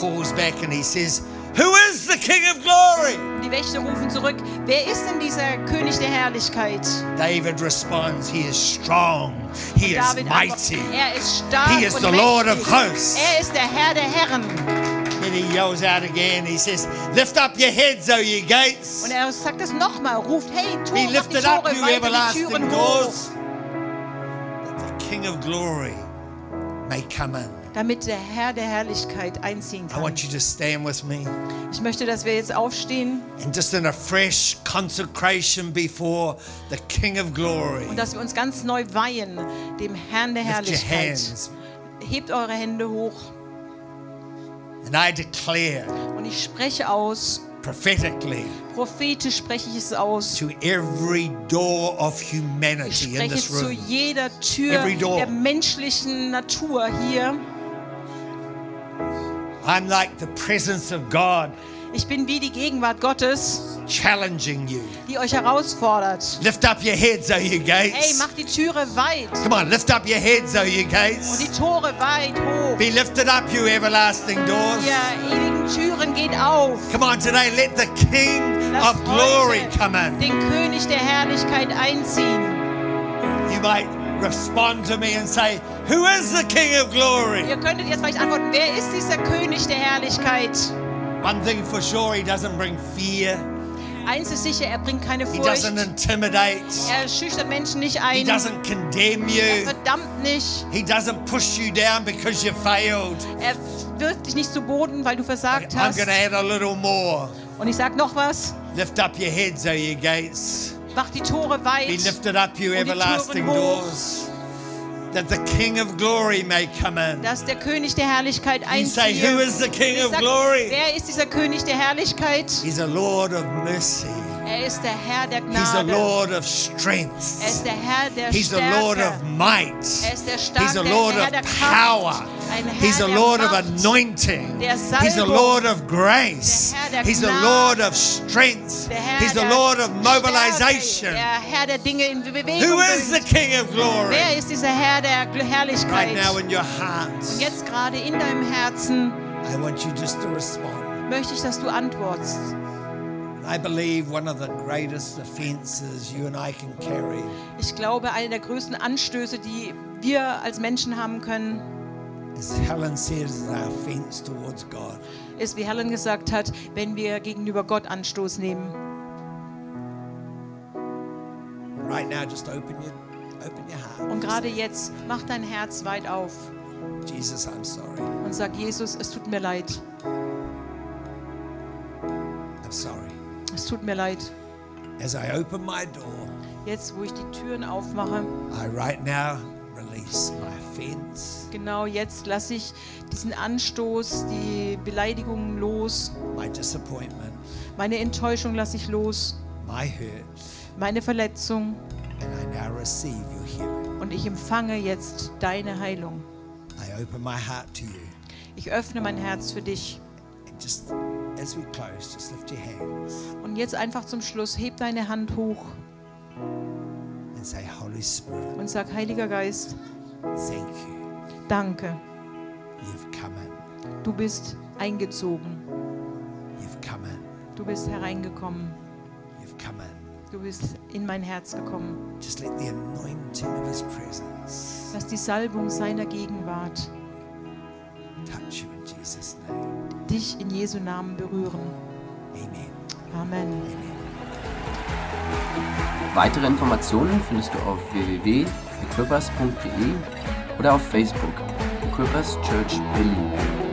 Speaker 4: calls back and he says, Who is the King of Glory?
Speaker 2: Und die Wächter rufen zurück, wer ist denn dieser König der Herrlichkeit?
Speaker 4: David responds, He is strong, he is
Speaker 2: David antwortet,
Speaker 4: mighty.
Speaker 2: er ist stark
Speaker 4: He is
Speaker 2: und
Speaker 4: the Lord
Speaker 2: mächtig.
Speaker 4: of hosts.
Speaker 2: Er ist der Herr der Herren.
Speaker 4: Then he yells out again, He says, Lift up your heads, O ye gates.
Speaker 2: Und er sagt das nochmal, ruft, hey, Tore,
Speaker 4: Be
Speaker 2: mach die
Speaker 4: lifted
Speaker 2: Tore
Speaker 4: up, you
Speaker 2: weit und die
Speaker 4: everlasting
Speaker 2: Türen hoch,
Speaker 4: doors, that the King of Glory may come in.
Speaker 2: damit der Herr der Herrlichkeit einziehen
Speaker 4: I
Speaker 2: kann.
Speaker 4: want you to stand with me
Speaker 2: Ich möchte, dass wir jetzt aufstehen
Speaker 4: and just in a fresh consecration before the King of Glory.
Speaker 2: und dass wir uns ganz neu weihen, dem Herrn der
Speaker 4: Lift your
Speaker 2: Herrlichkeit.
Speaker 4: hands.
Speaker 2: Hebt eure Hände hoch
Speaker 4: And I declare
Speaker 2: und ich spreche aus,
Speaker 4: prophetically
Speaker 2: prophetisch spreche ich es aus.
Speaker 4: to every door of
Speaker 2: Ich
Speaker 4: humanity in
Speaker 2: spreche
Speaker 4: this
Speaker 2: zu
Speaker 4: room.
Speaker 2: jeder Tür
Speaker 4: Every door.
Speaker 2: der menschlichen Natur hier.
Speaker 4: I'm like the presence of God
Speaker 2: Ich bin wie die Gegenwart Gottes,
Speaker 4: challenging you.
Speaker 2: die euch herausfordert.
Speaker 4: Lift up your heads, O you
Speaker 2: Hey,
Speaker 4: gates.
Speaker 2: mach die Türe weit
Speaker 4: Come on, lift up your heads, O you
Speaker 2: und die
Speaker 4: gates.
Speaker 2: Tore weit hoch.
Speaker 4: Be lifted up, you everlasting doors.
Speaker 2: Ihr ewigen Türen geht auf.
Speaker 4: Come on, today let the King
Speaker 2: Lasst
Speaker 4: of Glory
Speaker 2: heute
Speaker 4: come in.
Speaker 2: den König der Herrlichkeit einziehen.
Speaker 4: You might respond to me and say, Who is the King of Glory?
Speaker 2: Ihr könntet jetzt vielleicht antworten, wer ist dieser König der Herrlichkeit?
Speaker 4: One thing for sure, he doesn't bring fear,
Speaker 2: Eins ist sicher, er bringt keine
Speaker 4: he
Speaker 2: Furcht.
Speaker 4: doesn't intimidate,
Speaker 2: Er schüchtert Menschen nicht
Speaker 4: he
Speaker 2: ein.
Speaker 4: doesn't condemn
Speaker 2: Er
Speaker 4: you,
Speaker 2: verdammt nicht.
Speaker 4: he doesn't push you down because you failed.
Speaker 2: Er wirft dich nicht zu Boden, weil du versagt
Speaker 4: I'm
Speaker 2: hast.
Speaker 4: going to add a little more.
Speaker 2: Und ich sag noch was.
Speaker 4: Lift up your heads, O ye gates.
Speaker 2: Mach die Tore
Speaker 4: Be
Speaker 2: weit.
Speaker 4: lifted up, you
Speaker 2: Und die Türen
Speaker 4: everlasting
Speaker 2: hoch.
Speaker 4: doors, that the King of Glory may come in.
Speaker 2: dass der König der Herrlichkeit
Speaker 4: You say,
Speaker 2: einzieht.
Speaker 4: Who is the King of
Speaker 2: Sag,
Speaker 4: Glory?
Speaker 2: wer ist dieser König der Herrlichkeit?
Speaker 4: He's a Lord of mercy,
Speaker 2: Er ist der Herr der
Speaker 4: He's a
Speaker 2: Gnade.
Speaker 4: Lord of
Speaker 2: Er ist
Speaker 4: strength.
Speaker 2: der Herr der
Speaker 4: He's a Lord of
Speaker 2: Stärke.
Speaker 4: might.
Speaker 2: Er ist der
Speaker 4: He's
Speaker 2: Starke,
Speaker 4: a
Speaker 2: der
Speaker 4: Lord
Speaker 2: Herr
Speaker 4: of
Speaker 2: der
Speaker 4: power.
Speaker 2: Kraft. Ein Herr
Speaker 4: He's a
Speaker 2: der
Speaker 4: Lord of
Speaker 2: Macht,
Speaker 4: anointing.
Speaker 2: der
Speaker 4: He's a
Speaker 2: Salbung,
Speaker 4: Lord of grace.
Speaker 2: der Herr der
Speaker 4: He's a
Speaker 2: Gnade,
Speaker 4: Lord of strength.
Speaker 2: der Herr
Speaker 4: He's a
Speaker 2: der
Speaker 4: Lord of
Speaker 2: Stärke,
Speaker 4: mobilization.
Speaker 2: Der Herr der Dinge in Bewegung.
Speaker 4: Who is the
Speaker 2: bringt.
Speaker 4: King of glory?
Speaker 2: Wer ist dieser Herr der Gl-
Speaker 4: Right
Speaker 2: Herrlichkeit?
Speaker 4: now in your heart,
Speaker 2: Jetzt gerade in deinem Herzen
Speaker 4: I want you just to respond.
Speaker 2: möchte ich, dass du antwortest.
Speaker 4: I believe one of the greatest offenses you and I can carry
Speaker 2: Ich glaube, eine der größten Anstöße, die wir als Menschen haben können,
Speaker 4: is Helen says is our offense towards God.
Speaker 2: ist, wie Helen gesagt hat, wenn wir gegenüber Gott Anstoß nehmen.
Speaker 4: Right now, just open your open your heart.
Speaker 2: Und gerade jetzt, mach dein Herz weit auf
Speaker 4: Jesus, I'm sorry.
Speaker 2: und sag, Jesus, es tut mir leid.
Speaker 4: I'm sorry.
Speaker 2: Es tut mir leid.
Speaker 4: As I open my door,
Speaker 2: Jetzt, wo ich die Türen aufmache,
Speaker 4: I right now release my offense,
Speaker 2: genau jetzt lasse ich diesen Anstoß, die Beleidigungen los.
Speaker 4: my disappointment,
Speaker 2: Meine Enttäuschung lasse ich los,
Speaker 4: my hurt,
Speaker 2: meine Verletzung
Speaker 4: and I now receive your healing.
Speaker 2: und ich empfange jetzt deine Heilung.
Speaker 4: I open my heart to you.
Speaker 2: Ich öffne mein Herz für dich.
Speaker 4: And just as we close, just lift your hand
Speaker 2: Und jetzt einfach zum Schluss, heb deine Hand hoch
Speaker 4: and say, Holy Spirit,
Speaker 2: und sag, Heiliger Geist,
Speaker 4: thank you.
Speaker 2: danke.
Speaker 4: You've come in.
Speaker 2: Du bist eingezogen.
Speaker 4: You've come in.
Speaker 2: Du bist hereingekommen.
Speaker 4: You've come in.
Speaker 2: Du bist in mein Herz gekommen.
Speaker 4: Just let the anointing of His presence
Speaker 2: Lass die Salbung seiner Gegenwart
Speaker 4: touch you in Jesus' name.
Speaker 2: dich in Jesu Namen berühren.
Speaker 4: Amen.
Speaker 2: Amen.
Speaker 1: Weitere Informationen findest du auf www.equippers.de oder auf Facebook Equippers Church Berlin.